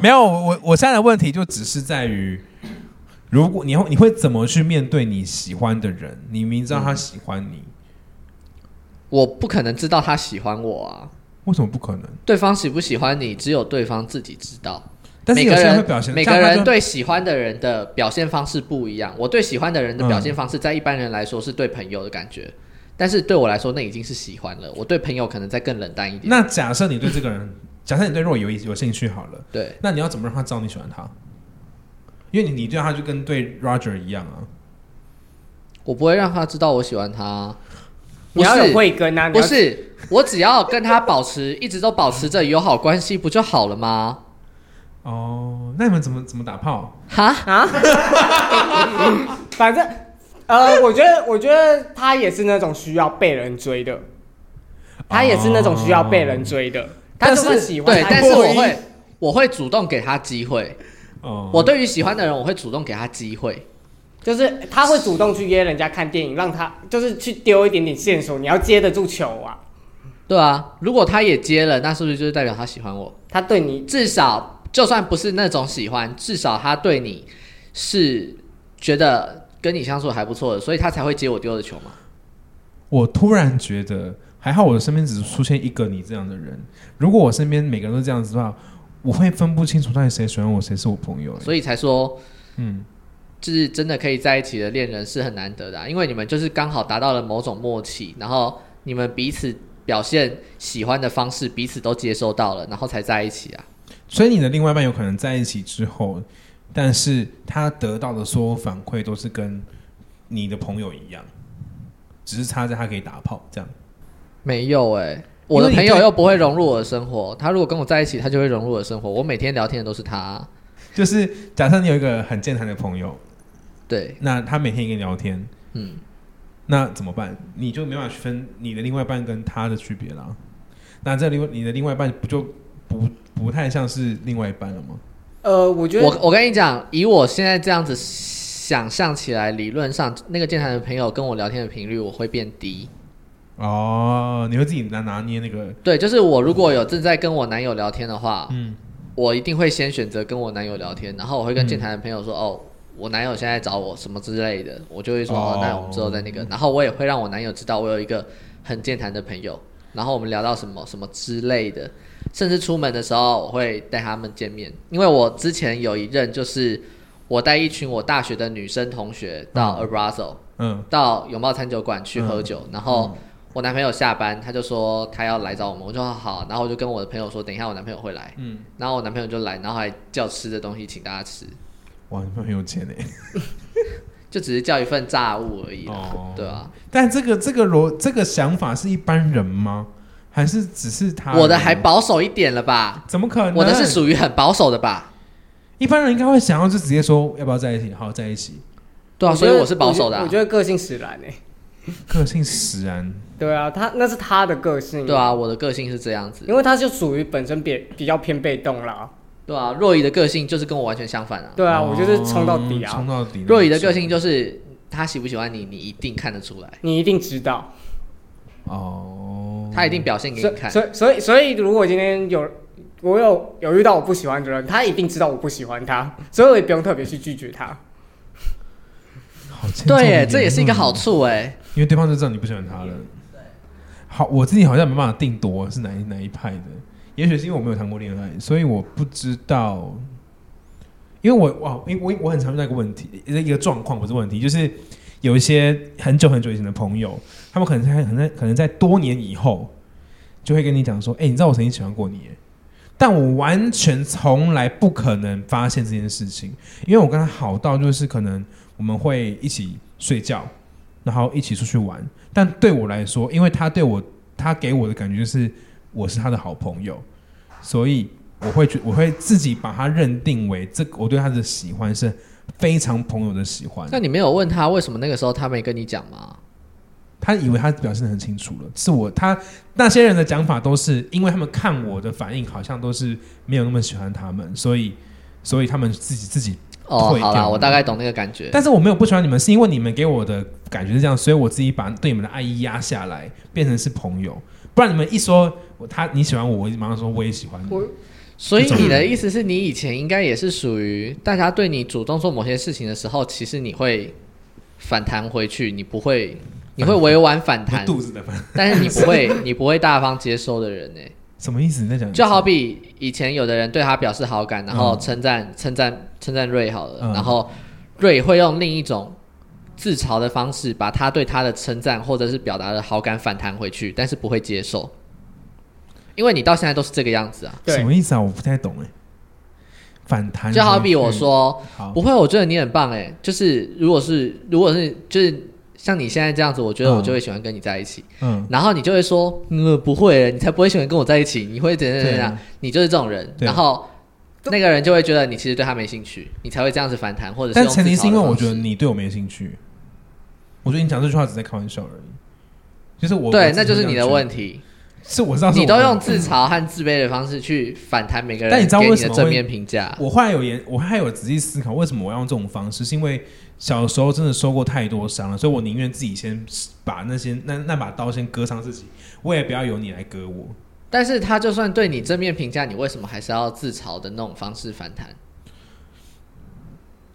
[SPEAKER 1] 没有，我我现在的问题就只是在于，如果你会你会怎么去面对你喜欢的人？你明知道他喜欢你，
[SPEAKER 2] 我不可能知道他喜欢我啊，
[SPEAKER 1] 为什么不可能？
[SPEAKER 2] 对方喜不喜欢你，只有对方自己知道。
[SPEAKER 1] 但是
[SPEAKER 2] 每
[SPEAKER 1] 有
[SPEAKER 2] 个
[SPEAKER 1] 些人
[SPEAKER 2] 人
[SPEAKER 1] 会表现，
[SPEAKER 2] 每
[SPEAKER 1] 这
[SPEAKER 2] 个
[SPEAKER 1] 样他
[SPEAKER 2] 人
[SPEAKER 1] 就
[SPEAKER 2] 对喜欢的人的表现方式不一样。我对喜欢的人的
[SPEAKER 1] 嗯
[SPEAKER 2] 表现方式，在一般人来说是对朋友的感觉，但是对我来说，那已经是喜欢了。我对朋友可能再更冷淡一点。
[SPEAKER 1] 那假设你对这个人，假设你对若有有兴趣好了，
[SPEAKER 2] 对，
[SPEAKER 1] 那你要怎么让他知道你喜欢他？因为你你对他就跟对 Roger 一样啊。
[SPEAKER 2] 我不会让他知道我喜欢他啊。
[SPEAKER 3] 你要
[SPEAKER 2] 不是
[SPEAKER 3] 有慧根啊，你
[SPEAKER 2] 不
[SPEAKER 3] 要
[SPEAKER 2] 是，我只要跟他保持，一直都保持着友好关系，不就好了吗？
[SPEAKER 1] 哦，那你们怎么怎么打炮？
[SPEAKER 2] 哈，
[SPEAKER 3] 啊，反正呃，我觉得我觉得他也是那种需要被人追的，他也是那种需要被人追的，他
[SPEAKER 1] 但
[SPEAKER 3] 就是算喜欢
[SPEAKER 2] 对，
[SPEAKER 3] 他，
[SPEAKER 2] 哦但是我
[SPEAKER 3] 不
[SPEAKER 2] 会，我会主动给他机会。
[SPEAKER 1] 哦，
[SPEAKER 2] 我对于喜欢的人，我会主动给他机会。
[SPEAKER 3] 就是他会主动去约人家看电影，让他就是去丢一点点线索，你要接得住球啊。
[SPEAKER 2] 对啊，如果他也接了，那是不是就是代表他喜欢我？
[SPEAKER 3] 他对你
[SPEAKER 2] 至少，就算不是那种喜欢，至少他对你是觉得跟你相处还不错的，所以他才会接我丢的球嘛。
[SPEAKER 1] 我突然觉得，还好我的身边只出现一个你这样的人。如果我身边每个人都这样子的话，我会分不清楚到底谁喜欢我，谁是我朋友。欸
[SPEAKER 2] 所以才说，
[SPEAKER 1] 嗯，
[SPEAKER 2] 就是真的可以在一起的恋人是很难得的啊、因为你们就是刚好达到了某种默契，然后你们彼此表现喜欢的方式，彼此都接收到了，然后才在一起啊。
[SPEAKER 1] 所以你的另外一半有可能在一起之后，但是他得到的所有反馈都是跟你的朋友一样，只是差在他可以打炮这样。
[SPEAKER 2] 没有哎、
[SPEAKER 1] 因
[SPEAKER 2] 我
[SPEAKER 1] 为
[SPEAKER 2] 的
[SPEAKER 1] 你
[SPEAKER 2] 朋友
[SPEAKER 1] 对
[SPEAKER 2] 又不会融入我的生活，他如果跟我在一起，他就会融入我的生活。我每天聊天的都是他啊，
[SPEAKER 1] 就是假设你有一个很健谈的朋友，
[SPEAKER 2] 对，
[SPEAKER 1] 那他每天跟你聊天，
[SPEAKER 2] 嗯，
[SPEAKER 1] 那怎么办？你就没办法区分你的另外一半跟他的区别啦。那这另外你的另外一半不就不不太像是另外一半了吗？
[SPEAKER 3] 呃，我觉得
[SPEAKER 2] 我我跟你讲，以我现在这样子想象起来，理论上那个健谈的朋友跟我聊天的频率我会变低。
[SPEAKER 1] 哦，你会自己拿拿捏那个，
[SPEAKER 2] 对，就是我如果有正在跟我男友聊天的话，
[SPEAKER 1] 嗯，
[SPEAKER 2] 我一定会先选择跟我男友聊天，然后我会跟健谈的朋友说，哦，我男友现在找我什么之类的，我就会说，哦
[SPEAKER 1] 哦，
[SPEAKER 2] 那我们之后再那个，然后我也会让我男友知道我有一个很健谈的朋友，然后我们聊到什么什么之类的，甚至出门的时候我会带他们见面，因为我之前有一任就是我带一群我大学的女生同学到 Abrazo、
[SPEAKER 1] 嗯，
[SPEAKER 2] 到永茂餐酒馆去喝酒，然后我男朋友下班，他就说他要来找我们，我就说好，然后我就跟我的朋友说，等一下我男朋友会来，
[SPEAKER 1] 嗯
[SPEAKER 2] 然后我男朋友就来，然后还叫吃的东西请大家吃，
[SPEAKER 1] 哇，你们很有钱哎。
[SPEAKER 2] 就只是叫一份炸物而已啦，
[SPEAKER 1] 哦
[SPEAKER 2] 对啊，
[SPEAKER 1] 但这个这个逻这个想法是一般人吗？还是只是他？
[SPEAKER 2] 我的还保守一点了吧，
[SPEAKER 1] 怎么可能？
[SPEAKER 2] 我的是属于很保守的吧，
[SPEAKER 1] 一般人应该会想要就直接说要不要在一起，好在一起，
[SPEAKER 2] 对啊，
[SPEAKER 3] 觉
[SPEAKER 2] 所以
[SPEAKER 3] 得
[SPEAKER 2] 我是保守的、
[SPEAKER 3] 我
[SPEAKER 2] 啊
[SPEAKER 3] 觉，得我觉得个性使然诶、欸
[SPEAKER 1] 个性使然。
[SPEAKER 3] 对啊，他那是他的个性，
[SPEAKER 2] 对，啊，我的个性是这样子，
[SPEAKER 3] 因为他就属于本身比比较偏被动啦。
[SPEAKER 2] 对啊，若雨的个性就是跟我完全相反啊，
[SPEAKER 3] 对啊，我就是冲到
[SPEAKER 1] 哦
[SPEAKER 3] 底啊
[SPEAKER 1] 冲，到底。
[SPEAKER 2] 若雨的个性就是他喜不喜欢你，你一定看得出来，
[SPEAKER 3] 你一定知道。
[SPEAKER 1] 哦，
[SPEAKER 2] 他一定表现给
[SPEAKER 3] 所
[SPEAKER 2] 你
[SPEAKER 3] 以
[SPEAKER 2] 看，
[SPEAKER 3] 所以所以所以，如果今天有我有有遇到我不喜欢的人，他一定知道我不喜欢他，所以我也不用特别去拒绝他。
[SPEAKER 1] 好欠揍的
[SPEAKER 2] 对耶，
[SPEAKER 1] 言
[SPEAKER 2] 这也是一个
[SPEAKER 1] 论
[SPEAKER 2] 好处哎。
[SPEAKER 1] 嗯因为对方就知道你不喜欢他了。好，我自己好像没办法定夺是哪一哪一派的，也许是因为我没有谈过恋爱，所以我不知道。因为我哇，因为我我很常遇到一个问题，一个状况不是问题，就是有一些很久很久以前的朋友，他们可能在可能在可能在多年以后，就会跟你讲说，哎、你知道我曾经喜欢过你耶，但我完全从来不可能发现这件事情，因为我跟他好到就是可能我们会一起睡觉，然后一起出去玩。但对我来说，因为他对我，他给我的感觉就是我是他的好朋友，所以我会觉我会自己把他认定为这个我对他的喜欢是非常朋友的喜欢。
[SPEAKER 2] 那你没有问他为什么那个时候他没跟你讲吗？
[SPEAKER 1] 他以为他表现的很清楚了，是我他那些人的讲法都是因为他们看我的反应好像都是没有那么喜欢他们，所以所以他们自己自己
[SPEAKER 2] 哦，
[SPEAKER 1] 退
[SPEAKER 2] 好啦，
[SPEAKER 1] 掉
[SPEAKER 2] 我大概懂那个感觉。
[SPEAKER 1] 但是我没有不喜欢你们，是因为你们给我的感觉是这样，所以我自己把对你们的爱意压下来，变成是朋友。不然你们一说我他你喜欢我，我马上说我也喜欢你。
[SPEAKER 3] 我
[SPEAKER 2] 所以你的意思是你以前应该也是属于大家对你主动做某些事情的时候，其实你会反弹回去，你不会，你会委婉反
[SPEAKER 1] 我
[SPEAKER 2] 弹，
[SPEAKER 1] 肚子的吗？
[SPEAKER 2] 但是你不会，你不会大方接收的人呢、欸
[SPEAKER 1] 什么意思？你在讲
[SPEAKER 2] 就好比以前有的人对他表示好感，然后称赞、称赞称赞瑞好了，
[SPEAKER 1] 嗯
[SPEAKER 2] 然后瑞会用另一种自嘲的方式，把他对他的称赞或者是表达的好感反弹回去，但是不会接受，因为你到现在都是这个样子啊。
[SPEAKER 1] 什
[SPEAKER 3] 对
[SPEAKER 1] 么意思啊？我不太懂哎。反弹
[SPEAKER 2] 就好比我说
[SPEAKER 1] 回去，好
[SPEAKER 2] 不会，我觉得你很棒哎，就是如果是如果是就是像你现在这样子，我觉得我就会喜欢跟你在一起。
[SPEAKER 1] 嗯，
[SPEAKER 2] 然后你就会说，嗯，不会，你才不会喜欢跟我在一起，你会怎样怎样怎样
[SPEAKER 1] 对，
[SPEAKER 2] 你就是这种人。
[SPEAKER 1] 对
[SPEAKER 2] 然后那个人就会觉得你其实对他没兴趣，你才会这样子反弹，或者是
[SPEAKER 1] 但
[SPEAKER 2] 用
[SPEAKER 1] 前提
[SPEAKER 2] 自嘲
[SPEAKER 1] 是因为
[SPEAKER 2] 的方
[SPEAKER 1] 我觉得
[SPEAKER 2] 式
[SPEAKER 1] 你对我没兴趣。我觉得你讲这句话只是在开玩笑而已，就是我
[SPEAKER 2] 对，那就是你的问
[SPEAKER 1] 题。
[SPEAKER 2] 题，
[SPEAKER 1] 是我知道是我
[SPEAKER 2] 你都
[SPEAKER 1] 的
[SPEAKER 2] 用
[SPEAKER 1] 问题
[SPEAKER 2] 自嘲和自卑的方式去反弹每个人
[SPEAKER 1] 但你知道
[SPEAKER 2] 给你
[SPEAKER 1] 为什
[SPEAKER 2] 的
[SPEAKER 1] 么
[SPEAKER 2] 正
[SPEAKER 1] 会
[SPEAKER 2] 面评价。
[SPEAKER 1] 我后来有研，我还有仔细思考，为什么我要用这种方式？是因为小时候真的受过太多伤了，所以我宁愿自己先把那些那那把刀先割伤自己，我也不要由你来割我。
[SPEAKER 2] 但是他就算对你正面评价，你为什么还是要自嘲的那种方式反弹？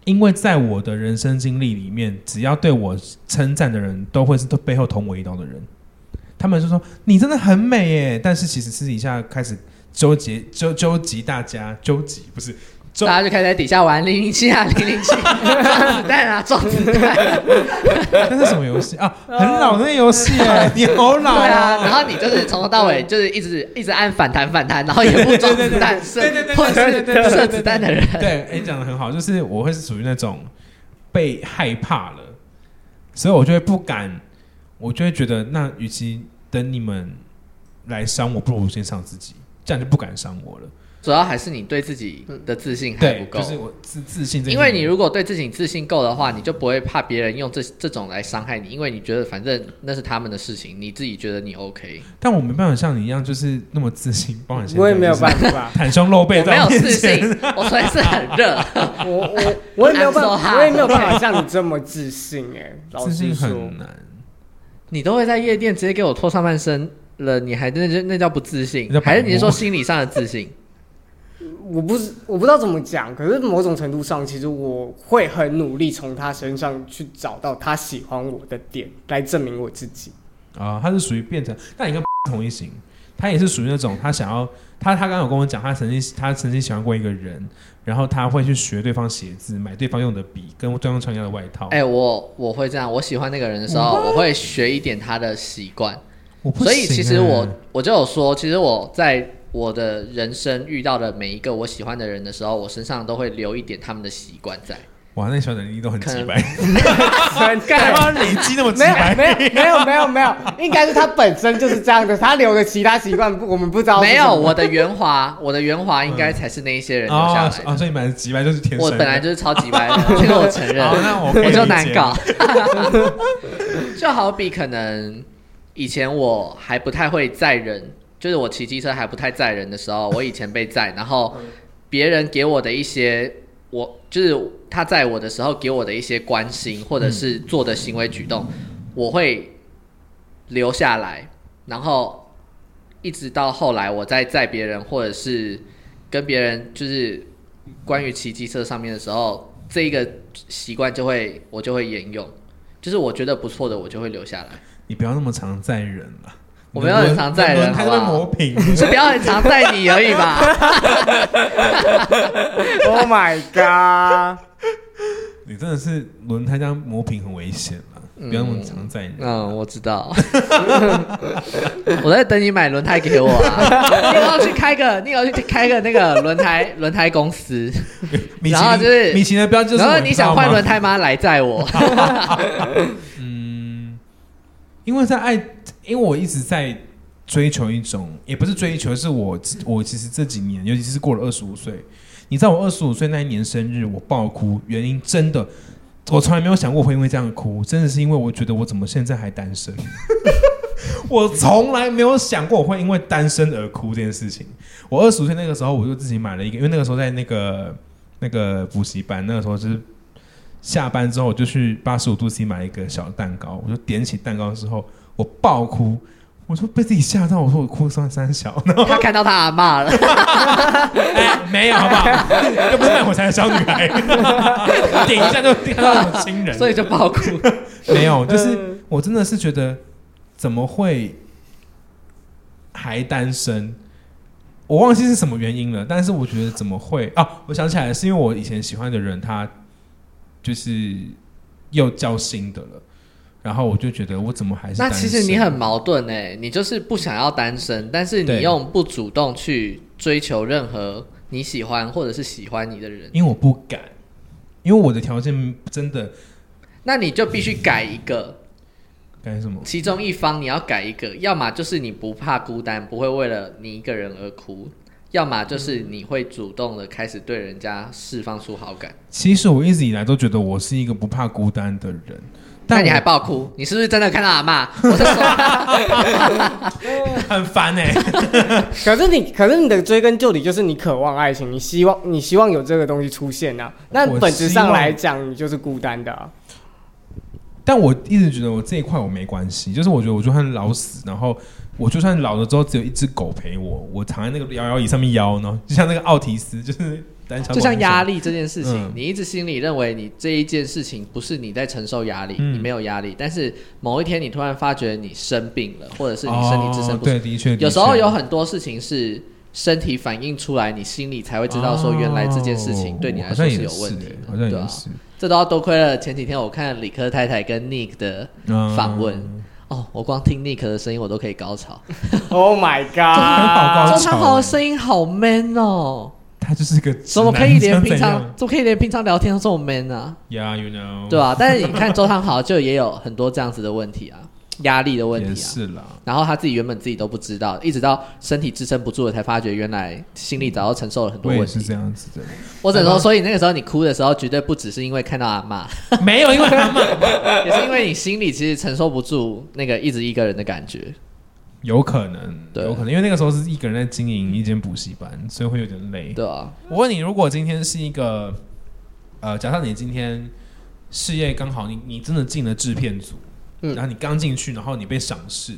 [SPEAKER 1] 因为在我的人生经历里面，只要对我称赞的人，都会是背后捅我一刀的人。他们就说你真的很美耶，但是其实私底下开始纠结纠纠集大家纠集不是
[SPEAKER 2] 大
[SPEAKER 1] 纠
[SPEAKER 2] 家就开始在底下玩零零七啊，零零七， 撞子弹啊，撞子弹，
[SPEAKER 1] 那是什么游戏啊？很老的那游戏耶， 你好
[SPEAKER 2] 对
[SPEAKER 1] 老哦
[SPEAKER 2] 啊，然后你就是从头到尾就是一直一直按反弹反弹，然后也不装子弹射
[SPEAKER 1] 对对对，
[SPEAKER 2] 或者
[SPEAKER 1] 对对对
[SPEAKER 2] 是射子弹的人，
[SPEAKER 1] 对，哎、讲的很好，就是我会是属于那种被害怕了，所以我就会不敢，我就会觉得，那与其等你们来伤我，不如我先伤自己，这样就不敢伤我了。
[SPEAKER 2] 主要还是你对自己的自信还不
[SPEAKER 1] 对，
[SPEAKER 2] 够。
[SPEAKER 1] 就是我自自信这件事情。
[SPEAKER 2] 因为你如果对自己自信够的话，你就不会怕别人用这这种来伤害你，因为你觉得反正那是他们的事情，你自己觉得你 OK。
[SPEAKER 1] 但我没办法像你一样，就是那么自信，包含现在
[SPEAKER 3] 我也没有
[SPEAKER 1] 就是，
[SPEAKER 3] 办法
[SPEAKER 1] 袒胸露背
[SPEAKER 2] 我没
[SPEAKER 1] 在
[SPEAKER 2] 有
[SPEAKER 1] 我面
[SPEAKER 2] 自
[SPEAKER 1] 前
[SPEAKER 2] 信。，我虽然是很热，
[SPEAKER 3] 我我我也没 有办
[SPEAKER 2] I'm so hot
[SPEAKER 3] 法，我也没有办法像你这么自信哎、老
[SPEAKER 1] 自
[SPEAKER 3] 实
[SPEAKER 1] 信
[SPEAKER 3] 说
[SPEAKER 1] 很，难，
[SPEAKER 2] 你都会在夜店直接给我脱上半身了，你还那那叫不自信
[SPEAKER 1] 那叫，白目
[SPEAKER 2] 还是你是说心理上的自信？
[SPEAKER 3] 我不是我不知道怎么讲，可是某种程度上，其实我会很努力从他身上去找到他喜欢我的点，来证明我自 己。
[SPEAKER 1] 啊、他是属于变成，那你跟同一型，他也是属于那种他想要，他他刚刚有跟我讲，他曾经他曾经喜欢过一个人，然后他会去学对方写字，买对方用的笔，跟对方穿一样的外套。
[SPEAKER 2] 哎、我我会这样，我喜欢那个人的时候，我会学一点他的习惯。
[SPEAKER 1] 我不行
[SPEAKER 2] 所
[SPEAKER 1] 欸、
[SPEAKER 2] 以其实我我就有说，其实我在我的人生遇到的每一个我喜欢的人的时候，我身上都会留一点他们的习惯在。
[SPEAKER 1] 哇，那小能力都很
[SPEAKER 2] 可
[SPEAKER 1] 直
[SPEAKER 2] 能
[SPEAKER 1] 白，
[SPEAKER 3] 真
[SPEAKER 1] 干嘛累积那么直
[SPEAKER 3] 没有
[SPEAKER 1] 白？
[SPEAKER 3] 没有没有没有没有，应该是他本身就是这样的，他留的其他习惯不我们不知道是
[SPEAKER 2] 没
[SPEAKER 3] 什
[SPEAKER 2] 有，
[SPEAKER 3] 么。
[SPEAKER 2] 我的圆滑，我的圆滑应该才是那一些人留下
[SPEAKER 1] 啊
[SPEAKER 2] 来
[SPEAKER 1] 啊、
[SPEAKER 2] 的。
[SPEAKER 1] 所以你买的直白就是天生
[SPEAKER 2] 我
[SPEAKER 1] 的。
[SPEAKER 2] 本来就是超级白的， 这个我承认。
[SPEAKER 1] 好那我可以
[SPEAKER 2] 我就难
[SPEAKER 1] 理解
[SPEAKER 2] 搞， 就好比可能以前我还不太会载人，就是我骑机车还不太载人的时候，我以前被载，然后
[SPEAKER 1] 嗯
[SPEAKER 2] 别人给我的一些。我就是他载我的时候给我的一些关心，或者是做的行为举动，
[SPEAKER 1] 嗯
[SPEAKER 2] 我会留下来，然后一直到后来我在载别人或者是跟别人就是关于骑机车上面的时候，这一个习惯就会我就会沿用，就是我觉得不错的我就会留下来，
[SPEAKER 1] 你不要那么常载人了。
[SPEAKER 2] 我没有很常载人
[SPEAKER 1] 轮胎都被
[SPEAKER 2] 好不好
[SPEAKER 1] 磨平。
[SPEAKER 2] 不要很常载你而已吧。
[SPEAKER 3] Oh my god！
[SPEAKER 1] 你真的是轮胎这样磨平很危险了，不要那么常载人。
[SPEAKER 2] 嗯，我知道， 我在等你买轮胎给我啊，你要去开个，你要去开个那个轮胎轮胎公司，
[SPEAKER 1] 米其
[SPEAKER 2] 然后
[SPEAKER 1] 林
[SPEAKER 2] 就是
[SPEAKER 1] 米其林的标志就是
[SPEAKER 2] 然
[SPEAKER 1] 我，
[SPEAKER 2] 后你
[SPEAKER 1] 知道
[SPEAKER 2] 想
[SPEAKER 1] 吗
[SPEAKER 2] 换轮胎吗？来载我。
[SPEAKER 1] 因为在爱，因为我一直在追求一种，也不是追求，是我我其实这几年，尤其是过了二十五岁，你知道我二十五岁那一年生日，我爆哭，原因真的，我从来没有想过会因为这样哭，真的是因为我觉得我怎么现在还单身， 我从来没有想过我会因为单身而哭这件事情。我二十五岁那个时候，我就自己买了一个，因为那个时候在那个那个补习班，那个时候就是下班之后，我就去八十五度 C 买了一个小蛋糕，我就点起蛋糕之后，我爆哭，我说被自己吓到，我说我哭算三小，然后
[SPEAKER 2] 他看到他阿妈了，
[SPEAKER 1] 哎没有好不好？ 又不是卖火柴的小女 孩，点一下就看到我亲人，
[SPEAKER 2] 所以就爆哭。
[SPEAKER 1] 没有，
[SPEAKER 2] 嗯
[SPEAKER 1] 就是我真的是觉得怎么会还单身？我忘记是什么原因了，但是我觉得怎么会啊？我想起来了，是因为我以前喜欢的人他就是又交新的了，然后我就觉得我怎么还是
[SPEAKER 2] 那
[SPEAKER 1] 单身啊
[SPEAKER 2] 其实你很矛盾哎、你就是不想要单身，但是你
[SPEAKER 1] 对
[SPEAKER 2] 用不主动去追求任何你喜欢或者是喜欢你的人，
[SPEAKER 1] 因为我不敢，因为我的条件真的
[SPEAKER 2] 那你就必须改一个，
[SPEAKER 1] 干什么？
[SPEAKER 2] 其中一方你要改一个，要么就是你不怕孤单，不会为了你一个人而哭。要么就是你会主动的开始对人家释放出好感，
[SPEAKER 1] 其实我一直以来都觉得我是一个不怕孤单的人，但
[SPEAKER 2] 但你
[SPEAKER 1] 我
[SPEAKER 2] 还爆哭，你是不是真的看到阿妈？我是说，
[SPEAKER 1] 很烦哎、
[SPEAKER 3] 可是你，可是你的追根究底就是你渴望爱情，你希望你希望有这个东西出现啊。那
[SPEAKER 1] 我
[SPEAKER 3] 本质
[SPEAKER 1] 希
[SPEAKER 3] 上
[SPEAKER 1] 望
[SPEAKER 3] 来讲，你就是孤单的、啊。
[SPEAKER 1] 但我一直觉得我这一块我没关系，就是我觉得我就算老死，然后我就算老了之后只有一只狗陪我，我躺在那个摇摇椅上面摇呢，就像那个奥提斯，就是胆小狗
[SPEAKER 2] 就像压力这件事情，
[SPEAKER 1] 嗯
[SPEAKER 2] 你一直心里认为你这一件事情不是你在承受压力，
[SPEAKER 1] 嗯
[SPEAKER 2] 你没有压力，但是某一天你突然发觉你生病了，或者是
[SPEAKER 1] 那
[SPEAKER 2] 你
[SPEAKER 1] 种
[SPEAKER 2] 身体自身
[SPEAKER 1] 哦
[SPEAKER 2] 不适、
[SPEAKER 1] 对，的确
[SPEAKER 2] 有时候有
[SPEAKER 1] 很
[SPEAKER 2] 很多事情是身体反映出来，你心里才会知道说原来这件事
[SPEAKER 1] 哦
[SPEAKER 2] 情对你来说有问题
[SPEAKER 1] 欸好像
[SPEAKER 2] 的，对
[SPEAKER 1] 也
[SPEAKER 2] 啊，
[SPEAKER 1] 是
[SPEAKER 2] 这都要多亏了前几天我看理科太太跟 Nick 的
[SPEAKER 1] 嗯
[SPEAKER 2] 访问。哦，我光听 Nick 的声音，我都可以高潮。
[SPEAKER 3] Oh my
[SPEAKER 1] 高 潮欸
[SPEAKER 3] god！
[SPEAKER 2] 周汤豪的声音好 man 哦，
[SPEAKER 1] 他就是个
[SPEAKER 2] 怎么可以连平
[SPEAKER 1] 直男
[SPEAKER 2] 常怎么可以连平常聊天都这么 man 啊？
[SPEAKER 1] 这样？Yeah, you know，
[SPEAKER 2] 对啊，但是你看周汤豪就也有很多这样子的问题啊。压力的问
[SPEAKER 1] 也
[SPEAKER 2] 题啊。
[SPEAKER 1] 是啦。
[SPEAKER 2] 然后他自己原本自己都不知道，一直到身体支撑不住了，才发觉原来心里早就承受了很多
[SPEAKER 1] 我也
[SPEAKER 2] 问
[SPEAKER 1] 是
[SPEAKER 2] 题。
[SPEAKER 1] 这样子的，
[SPEAKER 2] 我只能说，所以那个时候你哭的时候，绝对不只是因为看到阿 妈，
[SPEAKER 1] 没有，因 为他们
[SPEAKER 2] 也是因为你心里其实承受不住那个一直一个人的 感觉。
[SPEAKER 1] 有可能，
[SPEAKER 2] 对
[SPEAKER 1] 有可能，因为那个时候是一个人在经营一间补习班，所以会有点累。
[SPEAKER 2] 对啊，
[SPEAKER 1] 我问你，如果今天是一个，呃，假设你今天事业刚好，你你真的进了制片组，
[SPEAKER 3] 嗯
[SPEAKER 1] 然后你刚进去，然后你被赏识，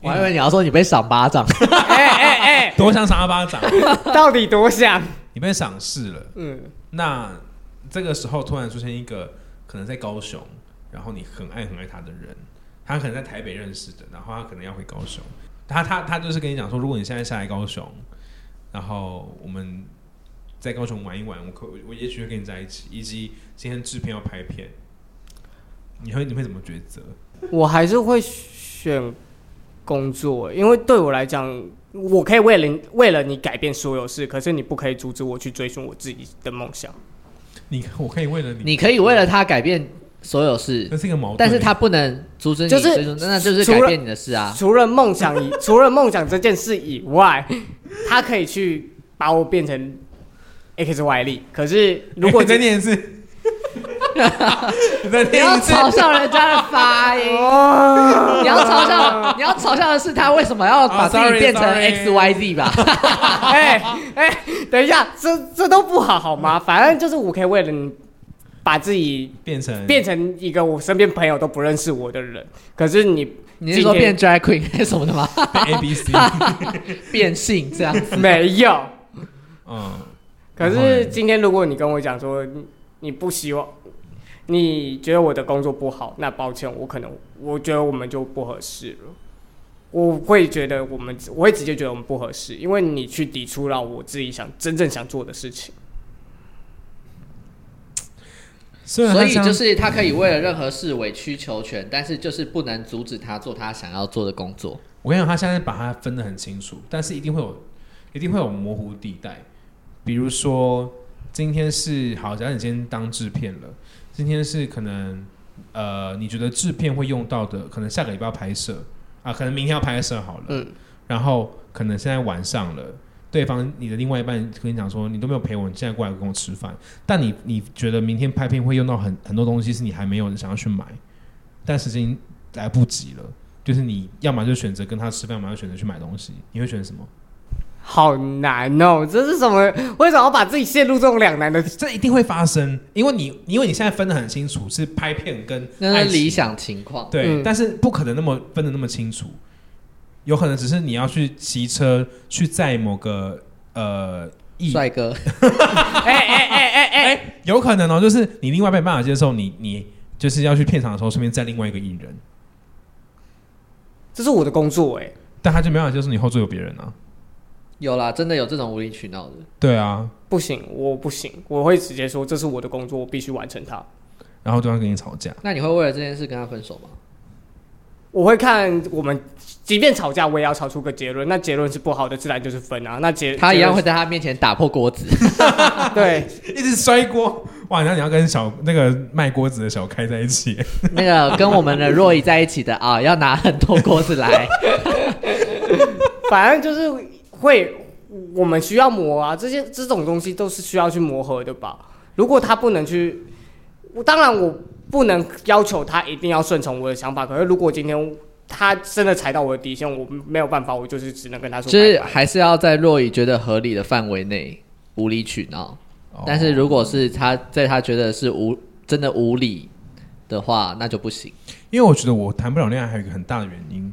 [SPEAKER 2] 我还以为你要说你被赏 巴掌，
[SPEAKER 3] 哎哎
[SPEAKER 1] 多像沙巴掌，
[SPEAKER 3] 哎，到底多想？
[SPEAKER 1] 你被赏识了，
[SPEAKER 3] 嗯，
[SPEAKER 1] 那这个时候突然出现一个可能在高雄，然后你很爱很爱他的人，他可能在台北认识的，然后他可能要回高雄，他他他就是跟你讲说，如果你现在下来高雄，然后我们在高雄玩一玩，我可我也许会跟你在一起，以及今天制片要拍片，你会你会怎么抉择？
[SPEAKER 3] 我还是会选工作，因为对我来讲，我可以为了你为了你改变所有事，可是你不可以阻止我去追寻我自己的梦想。
[SPEAKER 1] 你我可以为了你，
[SPEAKER 2] 你可以为了他改变所有事
[SPEAKER 1] 这，是一个矛盾，
[SPEAKER 2] 但是他不能阻止你，
[SPEAKER 3] 就是
[SPEAKER 2] 所以说那那就是
[SPEAKER 3] 除
[SPEAKER 2] 改
[SPEAKER 3] 了
[SPEAKER 2] 变你的事 啊。
[SPEAKER 3] 除了梦想以除了梦想这件事以外，他可以去把我变成 X Y 力。可是如果
[SPEAKER 1] 你再
[SPEAKER 3] 这
[SPEAKER 1] 念一次，你再
[SPEAKER 2] 不
[SPEAKER 1] 念
[SPEAKER 2] 要
[SPEAKER 1] 一次，
[SPEAKER 2] 嘲笑人家的发音，你要嘲笑，你要嘲笑的是他为什么要把
[SPEAKER 1] 啊
[SPEAKER 2] 自己
[SPEAKER 1] ，sorry，
[SPEAKER 2] 变成
[SPEAKER 1] sorry
[SPEAKER 2] X Y Z 吧？
[SPEAKER 3] 哎哎，等一下，这这都不好好吗？反正就是我可以为了你，把自己
[SPEAKER 1] 变 成
[SPEAKER 3] 变成一个我身边朋友都不认识我的人。可是你
[SPEAKER 2] 你是说
[SPEAKER 3] 今天
[SPEAKER 2] 变 drag queen 还是什么的吗？
[SPEAKER 1] A B C，
[SPEAKER 2] 变性这样子？
[SPEAKER 3] 没有？
[SPEAKER 1] 嗯。
[SPEAKER 3] 可
[SPEAKER 1] 然后嘞
[SPEAKER 3] 是今天如果你跟我讲说你你不希望，你觉得我的工作不好，那抱歉，我可能我觉得我们就不合适了。我会觉得我们，我会直接觉得我们不合适，因为你去抵触到我自己想真正想做的事情。
[SPEAKER 1] 虽然
[SPEAKER 2] 所
[SPEAKER 1] 他
[SPEAKER 2] 以
[SPEAKER 1] 这样
[SPEAKER 2] 就是他可以为了任何事委曲求全，但是就是不能阻止他做他想要做的工作。
[SPEAKER 1] 我跟你讲，他现在把它分得很清楚，但是一定会有，一定会有模糊地带。比如说，今天是好，假如你今天当制片了，今天是可能呃，你觉得制片会用到的，可能下个礼拜要拍摄啊，可能明天要拍摄好了，
[SPEAKER 3] 嗯
[SPEAKER 1] 然后可能现在晚上了。对方，你的另外一半跟你讲说，你都没有陪我，你现在过来跟我吃饭。但你你觉得明天拍片会用到很很多东西，是你还没有想要去买，但时间来不及了。就是你要么就选择跟他吃饭，要么就选择去买东西，你会选什么？
[SPEAKER 3] 好难哦，这是什么？为什么要把自己陷入这种两难的？
[SPEAKER 1] 这一定会发生，因为你因为你现在分得很清楚，是拍片跟
[SPEAKER 2] 那
[SPEAKER 1] 爱情
[SPEAKER 2] 是理想情况。
[SPEAKER 1] 对，
[SPEAKER 3] 嗯
[SPEAKER 1] 但是不可能那么分得那么清楚，有可能只是你要去骑车去载某个呃意，
[SPEAKER 2] 帅哥，
[SPEAKER 3] 哎哎哎哎哎，
[SPEAKER 1] 有可能哦，就是你另外没办法接受你你就是要去片场的时候顺便载另外一个艺人，
[SPEAKER 3] 这是我的工作哎、
[SPEAKER 1] 但他就没办法接受你后座有别人啊，
[SPEAKER 2] 有啦，真的有这种无理取闹的。
[SPEAKER 1] 对啊，
[SPEAKER 3] 不行，我不行，我会直接说这是我的工作，我必须完成它。
[SPEAKER 1] 然后对方跟你吵架，
[SPEAKER 2] 那你会为了这件事跟他分手吗？
[SPEAKER 3] 我会看我们，即便吵架，我也要吵出个结论。那结论是不好的，自然就是分啊。那结
[SPEAKER 2] 他一样会
[SPEAKER 3] 结
[SPEAKER 2] 在他面前打破锅子。
[SPEAKER 3] 论是对，
[SPEAKER 1] 一直摔锅，哇，然后你要跟小那个卖锅子的小开在一起，
[SPEAKER 2] 那个跟我们的若仪在一起的啊、要拿很多锅子来。
[SPEAKER 3] 反正就是会，我们需要磨啊，这些这种东西都是需要去磨合的吧。如果他不能去，我当然我不能要求他一定要顺从我的想法。可是如果今天他真的踩到我的底线，我没有办法，我就是只能跟他说
[SPEAKER 2] 就
[SPEAKER 3] 拜
[SPEAKER 2] 是
[SPEAKER 3] 拜。
[SPEAKER 2] 还是要在若雨觉得合理的范围内无理取闹，
[SPEAKER 1] 哦
[SPEAKER 2] 但是如果是他在他觉得是无真的无理的话，那就不行。
[SPEAKER 1] 因为我觉得我谈不了恋爱，还有一个很大的原因，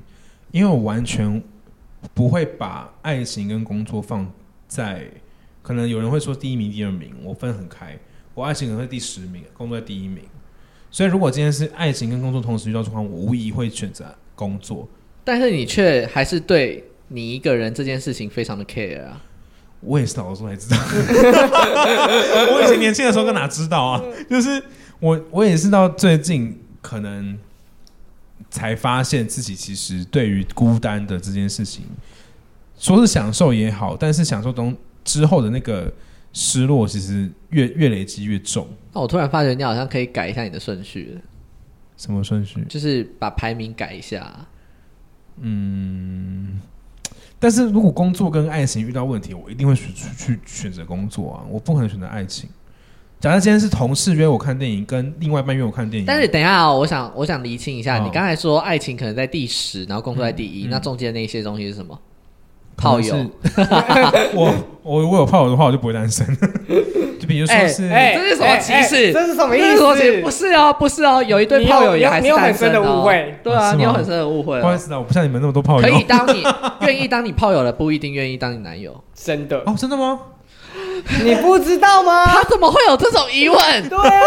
[SPEAKER 1] 因为我完全不会把爱情跟工作放在，可能有人会说第一名、第二名，我分很开，我爱情可能会第十名，工作在第一名，所以如果今天是爱情跟工作同时遇到状况，我无疑会选择工作。
[SPEAKER 2] 但是你却还是对你一个人这件事情非常的 care 啊，
[SPEAKER 1] 我也是老了之后才知道， 我以前年轻的时候跟哪知道啊？就是我我也是到最近可能才发现自己其实对于孤单的这件事情，说是享受也好，但是享受中之后的那个失落，其实越越累积越重。
[SPEAKER 2] 那我突然发觉你好像可以改一下你的顺序了，
[SPEAKER 1] 什么顺序？
[SPEAKER 2] 就是把排名改一下。
[SPEAKER 1] 嗯但是如果工作跟爱情遇到问题，我一定会去去去选择工作啊，我不可能选择爱情。假设今天是同事约我看电影，跟另外一半约我看电影，
[SPEAKER 2] 但是等一下、哦，我想我想厘清一下，
[SPEAKER 1] 哦
[SPEAKER 2] 你刚才说爱情可能在第十，然后工作在第一，
[SPEAKER 1] 嗯嗯
[SPEAKER 2] 那中间那些东西是什
[SPEAKER 1] 可
[SPEAKER 2] 么？
[SPEAKER 1] 能
[SPEAKER 2] 炮
[SPEAKER 1] 是，
[SPEAKER 2] 友
[SPEAKER 1] 我我如果有炮友的话，我就不会单身。 就比如说是，
[SPEAKER 3] 哎
[SPEAKER 2] 这是什么歧视
[SPEAKER 3] 哎哎这是什么意
[SPEAKER 2] 那个东西不
[SPEAKER 3] 思？
[SPEAKER 2] 是哦，不是哦，有一对炮友也还
[SPEAKER 3] 你
[SPEAKER 2] 是
[SPEAKER 3] 有
[SPEAKER 2] 单
[SPEAKER 3] 很
[SPEAKER 2] 身
[SPEAKER 3] 深的误会
[SPEAKER 2] 哦。对
[SPEAKER 1] 啊是
[SPEAKER 2] 啊，
[SPEAKER 1] 吗
[SPEAKER 2] 你有很深的误会
[SPEAKER 1] 不好意
[SPEAKER 2] 哦。
[SPEAKER 1] 思啊，我不像你们那么多炮
[SPEAKER 2] 可以
[SPEAKER 1] 友。
[SPEAKER 2] 当你愿意当你炮友的，不一定愿意当你男 友。
[SPEAKER 3] 真的，
[SPEAKER 1] 哦，真的吗？
[SPEAKER 3] 你不知道吗？
[SPEAKER 2] 他怎么会有这种疑问？
[SPEAKER 3] 对啊，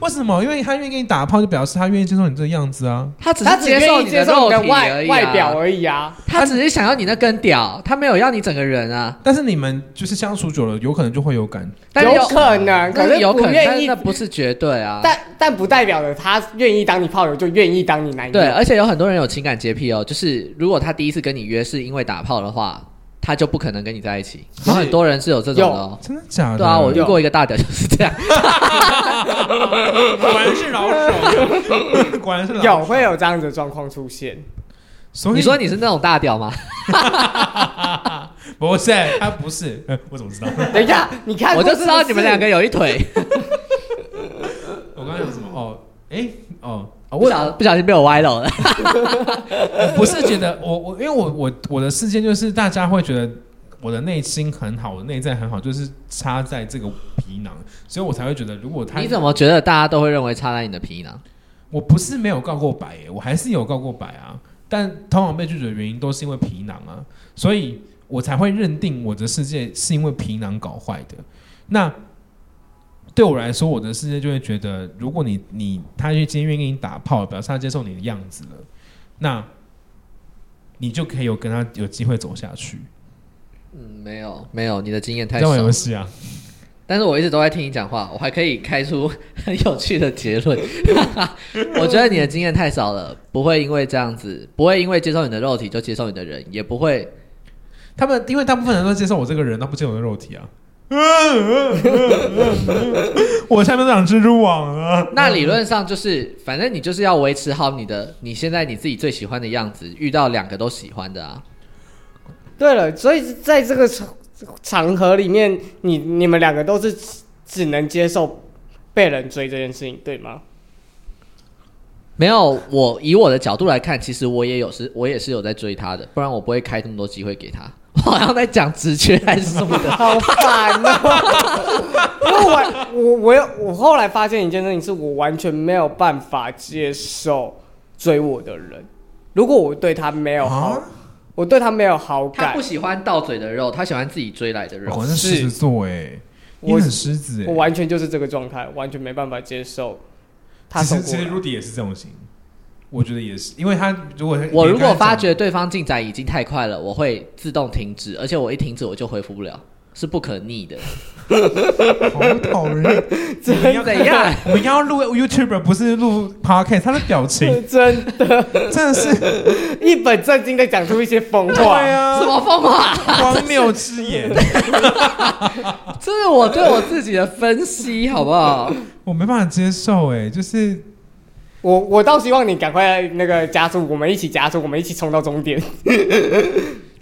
[SPEAKER 1] 为什么？因为他愿意给你打炮，就表示他愿意接受你这个样子啊。
[SPEAKER 2] 他只
[SPEAKER 3] 他
[SPEAKER 2] 是
[SPEAKER 3] 只愿
[SPEAKER 2] 受
[SPEAKER 3] 意
[SPEAKER 2] 你
[SPEAKER 3] 接受
[SPEAKER 2] 肉体
[SPEAKER 3] 你的
[SPEAKER 2] 而
[SPEAKER 3] 外
[SPEAKER 2] 已啊
[SPEAKER 3] 外表，而已啊。
[SPEAKER 2] 他只是想要你那根屌，他没有要你整个人啊。
[SPEAKER 1] 但是你们就是相处久了，有可能就会有感。
[SPEAKER 2] 但是
[SPEAKER 3] 有可能，
[SPEAKER 2] 啊但
[SPEAKER 3] 可
[SPEAKER 2] 是有
[SPEAKER 3] 不
[SPEAKER 2] 可能，但
[SPEAKER 3] 愿
[SPEAKER 2] 是
[SPEAKER 3] 意
[SPEAKER 2] 那，不是绝对啊。
[SPEAKER 3] 但但不代表着他愿意当你炮友就愿意当你男友。
[SPEAKER 2] 对，而且有很多人有情感洁癖哦，就是如果他第一次跟你约是因为打炮的话，他就不可能跟你在一起。有很多人是有这种的哦。
[SPEAKER 1] 真的假的？
[SPEAKER 2] 对啊，我遇过一个大屌就是这样。
[SPEAKER 1] 果然是老手， 果然是老
[SPEAKER 3] 有会有这样子的状况出现。
[SPEAKER 1] 所以
[SPEAKER 2] 你说你是那种大屌吗？
[SPEAKER 1] 不是，他不是，呃我怎么知道？
[SPEAKER 3] 等一下，你看，
[SPEAKER 2] 我就知道你们两个，有一腿，
[SPEAKER 1] 我刚刚有什么？哦，哎、哦，
[SPEAKER 2] 不小不小心被我歪楼了。
[SPEAKER 1] 我是觉得我我因为我我我的事件就是大家会觉得我的内心很好，我的内在很好，就是插在这个皮囊，所以我才会觉得如果他
[SPEAKER 2] 你怎么觉得大家都会认为插在你的皮囊？
[SPEAKER 1] 我不是没有告过白耶，我还是有告过白啊，但通常被拒绝的原因都是因为皮囊啊，所以我才会认定我的世界是因为皮囊搞坏的。那对我来说，我的世界就会觉得，如果你你他今天愿意跟你打炮，表示他接受你的样子了，那你就可以有跟他有机会走下去。
[SPEAKER 2] 嗯，没有没有，你的经验太
[SPEAKER 1] 在
[SPEAKER 2] 少
[SPEAKER 1] 玩。游戏啊，
[SPEAKER 2] 但是我一直都在听你讲话，我还可以开出很有趣的结 论。我觉得你的经验太少了，不会因为这样子，不会因为接受你的肉体就接受你的人，也不会
[SPEAKER 1] 他们因为大部分人都接受我这个人，他不接受我的肉体啊。我下面长蜘蛛网啊！
[SPEAKER 2] 那理论上就是，反正你就是要维持好你的你现在你自己最喜欢的样子，遇到两个都喜欢的啊。
[SPEAKER 3] 对了，所以在这个场场合里面，你你们两个都是只只能接受被人追这件事情，对吗？
[SPEAKER 2] 没有，我以我的角度来看，其实我也有是，我也是有在追他的，不然我不会开这么多机会给他。我好像在讲直觉还是什么的。
[SPEAKER 3] 好烦哦、 因为我我我有我后来发现一件事情，是我完全没有办法接受追我的人。如果我对他没有好，
[SPEAKER 1] 啊
[SPEAKER 3] 我对他没有好
[SPEAKER 2] 他
[SPEAKER 3] 感
[SPEAKER 2] 不，喜欢到嘴的肉，他喜欢自己追来的肉。
[SPEAKER 1] 我是哦狮子座哎，你
[SPEAKER 3] 我
[SPEAKER 1] 很狮子
[SPEAKER 3] 我
[SPEAKER 1] 哎。
[SPEAKER 3] 完全就是这个状态，完全没办法接受他
[SPEAKER 1] 其
[SPEAKER 3] 走
[SPEAKER 1] 实其
[SPEAKER 3] 过来
[SPEAKER 1] 实 Rudy 也是这种型，我觉得也是，因为他如果
[SPEAKER 2] 我如果发觉对方进展已经太快了，我会自动停止，而且我一停止我就回复不了，是不可逆 的。
[SPEAKER 1] 好讨人 厌，
[SPEAKER 3] 真
[SPEAKER 1] 我们要
[SPEAKER 2] 怎样？
[SPEAKER 1] 我们要录 YouTube 不是录 Podcast，他的表情
[SPEAKER 3] 真的
[SPEAKER 1] 真的是
[SPEAKER 3] 一本正经的讲出一些疯
[SPEAKER 1] 对
[SPEAKER 3] 话。
[SPEAKER 1] 啊
[SPEAKER 2] 啊什，么方法？
[SPEAKER 1] 荒谬之 言，
[SPEAKER 2] 这是我对我自己的分析，好不好？
[SPEAKER 1] 我没办法接受哎，就是
[SPEAKER 3] 我我倒希望你赶快那个加速，我们一起加速，我们一起冲到终点。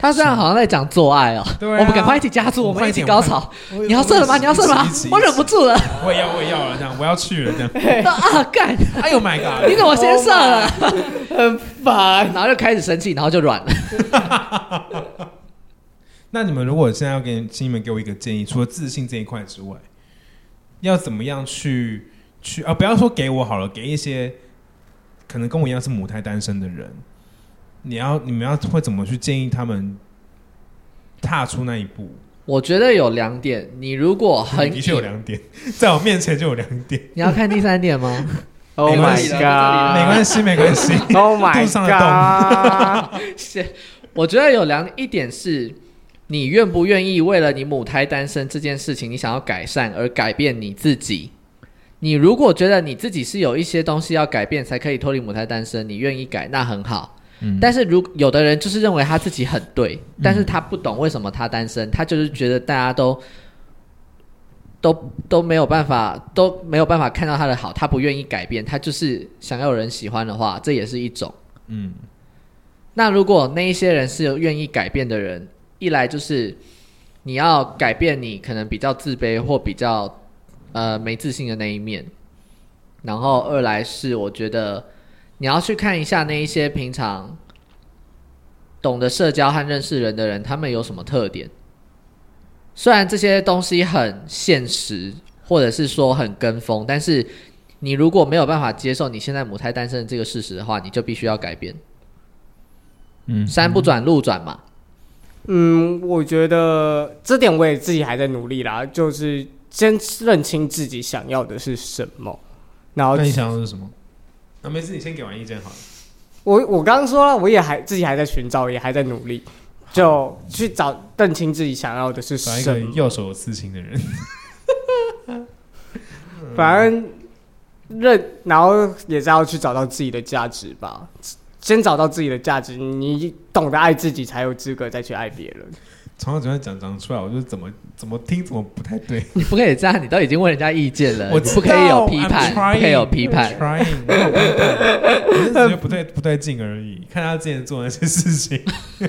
[SPEAKER 2] 他虽然好像在讲做爱哦、
[SPEAKER 1] 对啊
[SPEAKER 2] 我们赶快一起加速，我们一起高潮。
[SPEAKER 1] 点
[SPEAKER 2] 你要射了吗？你要射了吗
[SPEAKER 1] 一起一起一起？
[SPEAKER 2] 我忍不住 了，
[SPEAKER 1] 我也要我也要了这样，我要去了这样。
[SPEAKER 2] 啊干！
[SPEAKER 1] 哎呦 Oh my god！
[SPEAKER 2] 你怎么先射了？
[SPEAKER 3] 很烦，
[SPEAKER 2] 然后就开始生气，然后就软了。
[SPEAKER 1] 那你们如果现在要给请你们给我一个建议，除了自信这一块之外，要怎么样去去啊？不要说给我好了，给一些可能跟我一样是母胎单身的人，你要你们要会怎么去建议他们踏出那一步？
[SPEAKER 2] 我觉得有两点，你如果很
[SPEAKER 1] 的确有两点，在我面前就有两点，
[SPEAKER 2] 你要看第三点吗？
[SPEAKER 3] Oh
[SPEAKER 1] 没
[SPEAKER 3] my
[SPEAKER 1] 关系
[SPEAKER 3] god！
[SPEAKER 1] 没关系，没关系。
[SPEAKER 3] Oh my
[SPEAKER 1] 肚上的
[SPEAKER 3] god！
[SPEAKER 2] 是，我觉得有两一点是，你愿不愿意为了你母胎单身这件事情，你想要改善而改变你自己。你如果觉得你自己是有一些东西要改变才可以脱离母胎单身，你愿意改，那很好。
[SPEAKER 1] 嗯
[SPEAKER 2] 但是如有的人就是认为他自己很对，但是他不懂为什么他单身，他就是觉得大家都都都没有办法都没有办法看到他的好，他不愿意改变，他就是想要有人喜欢的话，这也是一种。
[SPEAKER 1] 嗯，
[SPEAKER 2] 那如果那一些人是有愿意改变的人，一来就是你要改变你可能比较自卑或比较呃没自信的那一面，然后二来是我觉得你要去看一下那一些平常懂得社交和认识人的人，他们有什么特点。虽然这些东西很现实，或者是说很跟风，但是你如果没有办法接受你现在母胎单身的这个事实的话，你就必须要改变。
[SPEAKER 1] 嗯
[SPEAKER 2] 山不转路转嘛，
[SPEAKER 3] 嗯，我觉得这点我也自己还在努力啦，就是先认清自己想要的是什么，然后
[SPEAKER 1] 那你想要的是什么？那、没事，你先给完意见好了。
[SPEAKER 3] 我我刚刚说了，我也还自己还在寻找，也还在努力，就去找认清自己想要的是
[SPEAKER 1] 找一
[SPEAKER 3] 什
[SPEAKER 1] 个
[SPEAKER 3] 么。
[SPEAKER 1] 右手有刺青的人，
[SPEAKER 3] 反
[SPEAKER 1] 嗯
[SPEAKER 3] 正认，然后也是要去找到自己的价值吧。先找到自己的价值，你懂得爱自己，才有资格再去爱别人。
[SPEAKER 1] 从小嘴上讲讲出来，我就怎么怎么听怎么不太对。
[SPEAKER 2] 你不可以这样，你都已经问人家意见了，
[SPEAKER 1] 我
[SPEAKER 2] 你呃不可以有批判，
[SPEAKER 1] 知道
[SPEAKER 2] 不可以有批判。
[SPEAKER 1] I'm trying，我有批判，我是觉得不对不对劲而已。看他之前做那些事情，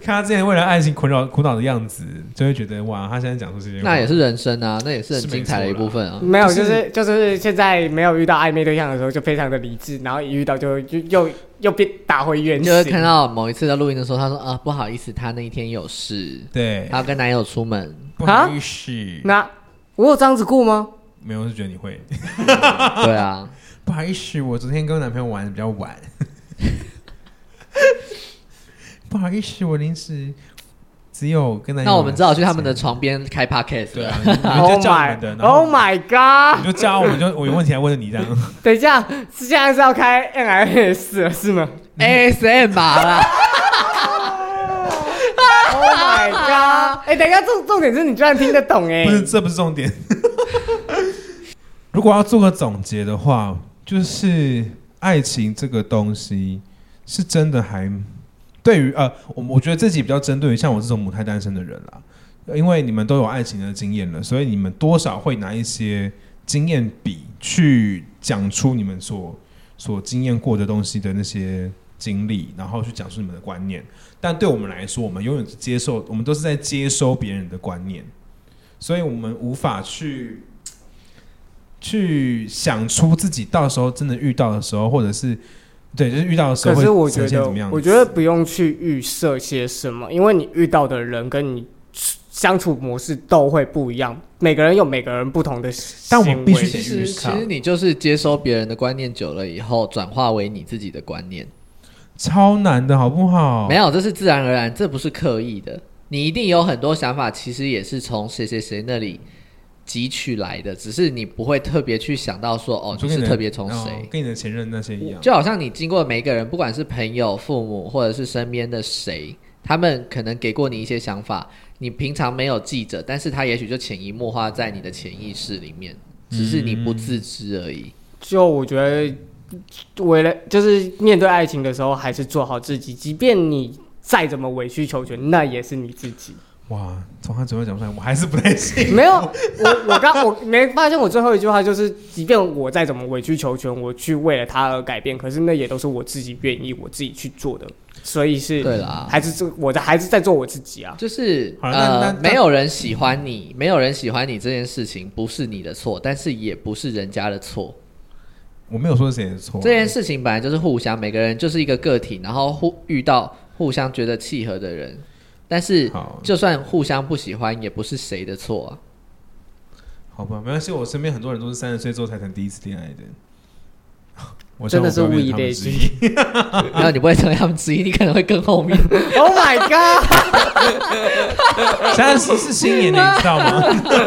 [SPEAKER 1] 看他之前为了爱情苦恼苦恼的样子，就会觉得哇，他现在讲出这些话，
[SPEAKER 2] 那也是人生啊，那也是很精彩的一部分啊。
[SPEAKER 3] 没有，
[SPEAKER 1] 就
[SPEAKER 3] 就是是就是现在没有遇到暧昧对象的时候，就非常的理智，然后一遇到就就又又被打回原
[SPEAKER 2] 你
[SPEAKER 3] 形
[SPEAKER 2] 就。会看到某一次在录音的时候，他说啊不好意思，他那一天有事，
[SPEAKER 1] 对，
[SPEAKER 2] 他要跟男友 出门。
[SPEAKER 1] 不好意思，
[SPEAKER 2] 啊
[SPEAKER 3] 那我有这样子过吗？
[SPEAKER 1] 没有，我是觉得你会
[SPEAKER 2] 对啊，
[SPEAKER 1] 不好意思，我昨天跟我男朋友玩的比较晚， 不好意思，我临时只有跟男友
[SPEAKER 2] 那
[SPEAKER 1] 玩
[SPEAKER 2] 我们只好去他们的
[SPEAKER 1] 时间
[SPEAKER 2] 床边开 podcast
[SPEAKER 1] 对
[SPEAKER 2] 了。
[SPEAKER 1] 啊，你你
[SPEAKER 3] Oh
[SPEAKER 1] 就叫我们
[SPEAKER 3] my
[SPEAKER 1] 的然后
[SPEAKER 3] Oh my God！
[SPEAKER 1] 你就叫我们就我有问题来问你这样。
[SPEAKER 3] 等一下，是现在是要开 N I S 了是吗
[SPEAKER 2] ASM 嘛 啦，
[SPEAKER 3] ？Oh my god！哎、等一下，重重点是你居然听得懂哎、
[SPEAKER 1] 不是，这不是重点。 如果要做个总结的话，就是爱情这个东西是真的还对于呃，我我觉得自己比较针对于像我这种母胎单身的人啦，因为你们都有爱情的经验了，所以你们多少会拿一些经验比去讲出你们所所经验过的东西的那些经历，然后去讲述你们的观念。但对我们来说，我们永远是接受，我们都是在接收别人的观念。所以我们无法去去想出自己到时候真的遇到的时候，或者是对，就是遇到的时候
[SPEAKER 3] 可
[SPEAKER 1] 会
[SPEAKER 3] 是我觉
[SPEAKER 1] 呈现
[SPEAKER 3] 得
[SPEAKER 1] 怎么样，子
[SPEAKER 3] 我觉得不用去预设些什么，因为你遇到的人跟你相处模式都会不一样，每个人有每个人不同的
[SPEAKER 1] 但
[SPEAKER 3] 行
[SPEAKER 1] 我
[SPEAKER 3] 为。
[SPEAKER 1] 们必须
[SPEAKER 2] 其
[SPEAKER 1] 得
[SPEAKER 2] 实其实你就是接收别人的观念久了以后，转化为你自己的观念。
[SPEAKER 1] 超难的好不好？
[SPEAKER 2] 没有，这是自然而然，这不是刻意的。你一定有很多想法，其实也是从谁谁谁那里汲取来的，只是你不会特别去想到说，哦，
[SPEAKER 1] 就跟
[SPEAKER 2] 你是
[SPEAKER 1] 你的
[SPEAKER 2] 特别从
[SPEAKER 1] 哦
[SPEAKER 2] 谁。
[SPEAKER 1] 跟你的前任那些一样，
[SPEAKER 2] 就好像你经过每一个人，不管是朋友、父母，或者是身边的谁，他们可能给过你一些想法，你平常没有记着，但是他也许就潜移默化在你的潜意识里面，只是你
[SPEAKER 1] 嗯
[SPEAKER 2] 不自知而已。
[SPEAKER 3] 就我觉得，为了就是面对爱情的时候，还是做好自己，即便你再怎么委曲求全，那也是你自己。
[SPEAKER 1] 哇，从他嘴巴讲出来，我还是不太信。
[SPEAKER 3] 没有，我我刚我没发现，我最后一句话就是，即便我再怎么委曲求全，我去为了他而改变，可是那也都是我自己愿意，我自己去做的，所以是
[SPEAKER 2] 对啦
[SPEAKER 3] 还是这我的还是在做我自己啊。
[SPEAKER 2] 就是
[SPEAKER 1] 好了那
[SPEAKER 2] 呃
[SPEAKER 1] 那，
[SPEAKER 2] 没有人喜欢你，没有人喜欢你这件事情不是你的错，但是也不是人家的错。
[SPEAKER 1] 我没有说谁的错，啊
[SPEAKER 2] 这件事情本来就是互相，每个人就是一个个体，然后互遇到互相觉得契合的人，但是
[SPEAKER 1] 好
[SPEAKER 2] 就算互相不喜欢，也不是谁的错 啊。
[SPEAKER 1] 好吧，没关系。我身边很多人都是三十岁之后才谈第一次恋爱的。 我
[SPEAKER 3] 真的
[SPEAKER 1] 希望我不要
[SPEAKER 3] 是物以
[SPEAKER 1] 变成他们
[SPEAKER 3] 类
[SPEAKER 1] 之
[SPEAKER 3] 聚
[SPEAKER 1] 一。
[SPEAKER 2] 然后你不会成为他们之一，你可能会更后面。
[SPEAKER 3] Oh my god！
[SPEAKER 1] 三十是新年的，你知道吗？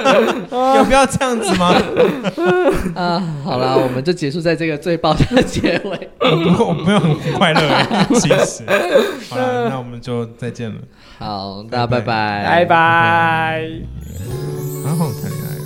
[SPEAKER 1] 有必要这样子吗？
[SPEAKER 2] 啊，好啦，我们就结束在这个最爆炸的结尾。
[SPEAKER 1] 不过我没有很快乐欸，其实。好了，那我们就再见了。
[SPEAKER 2] 好，大家拜拜，
[SPEAKER 3] 拜拜。
[SPEAKER 1] 然后谈恋爱。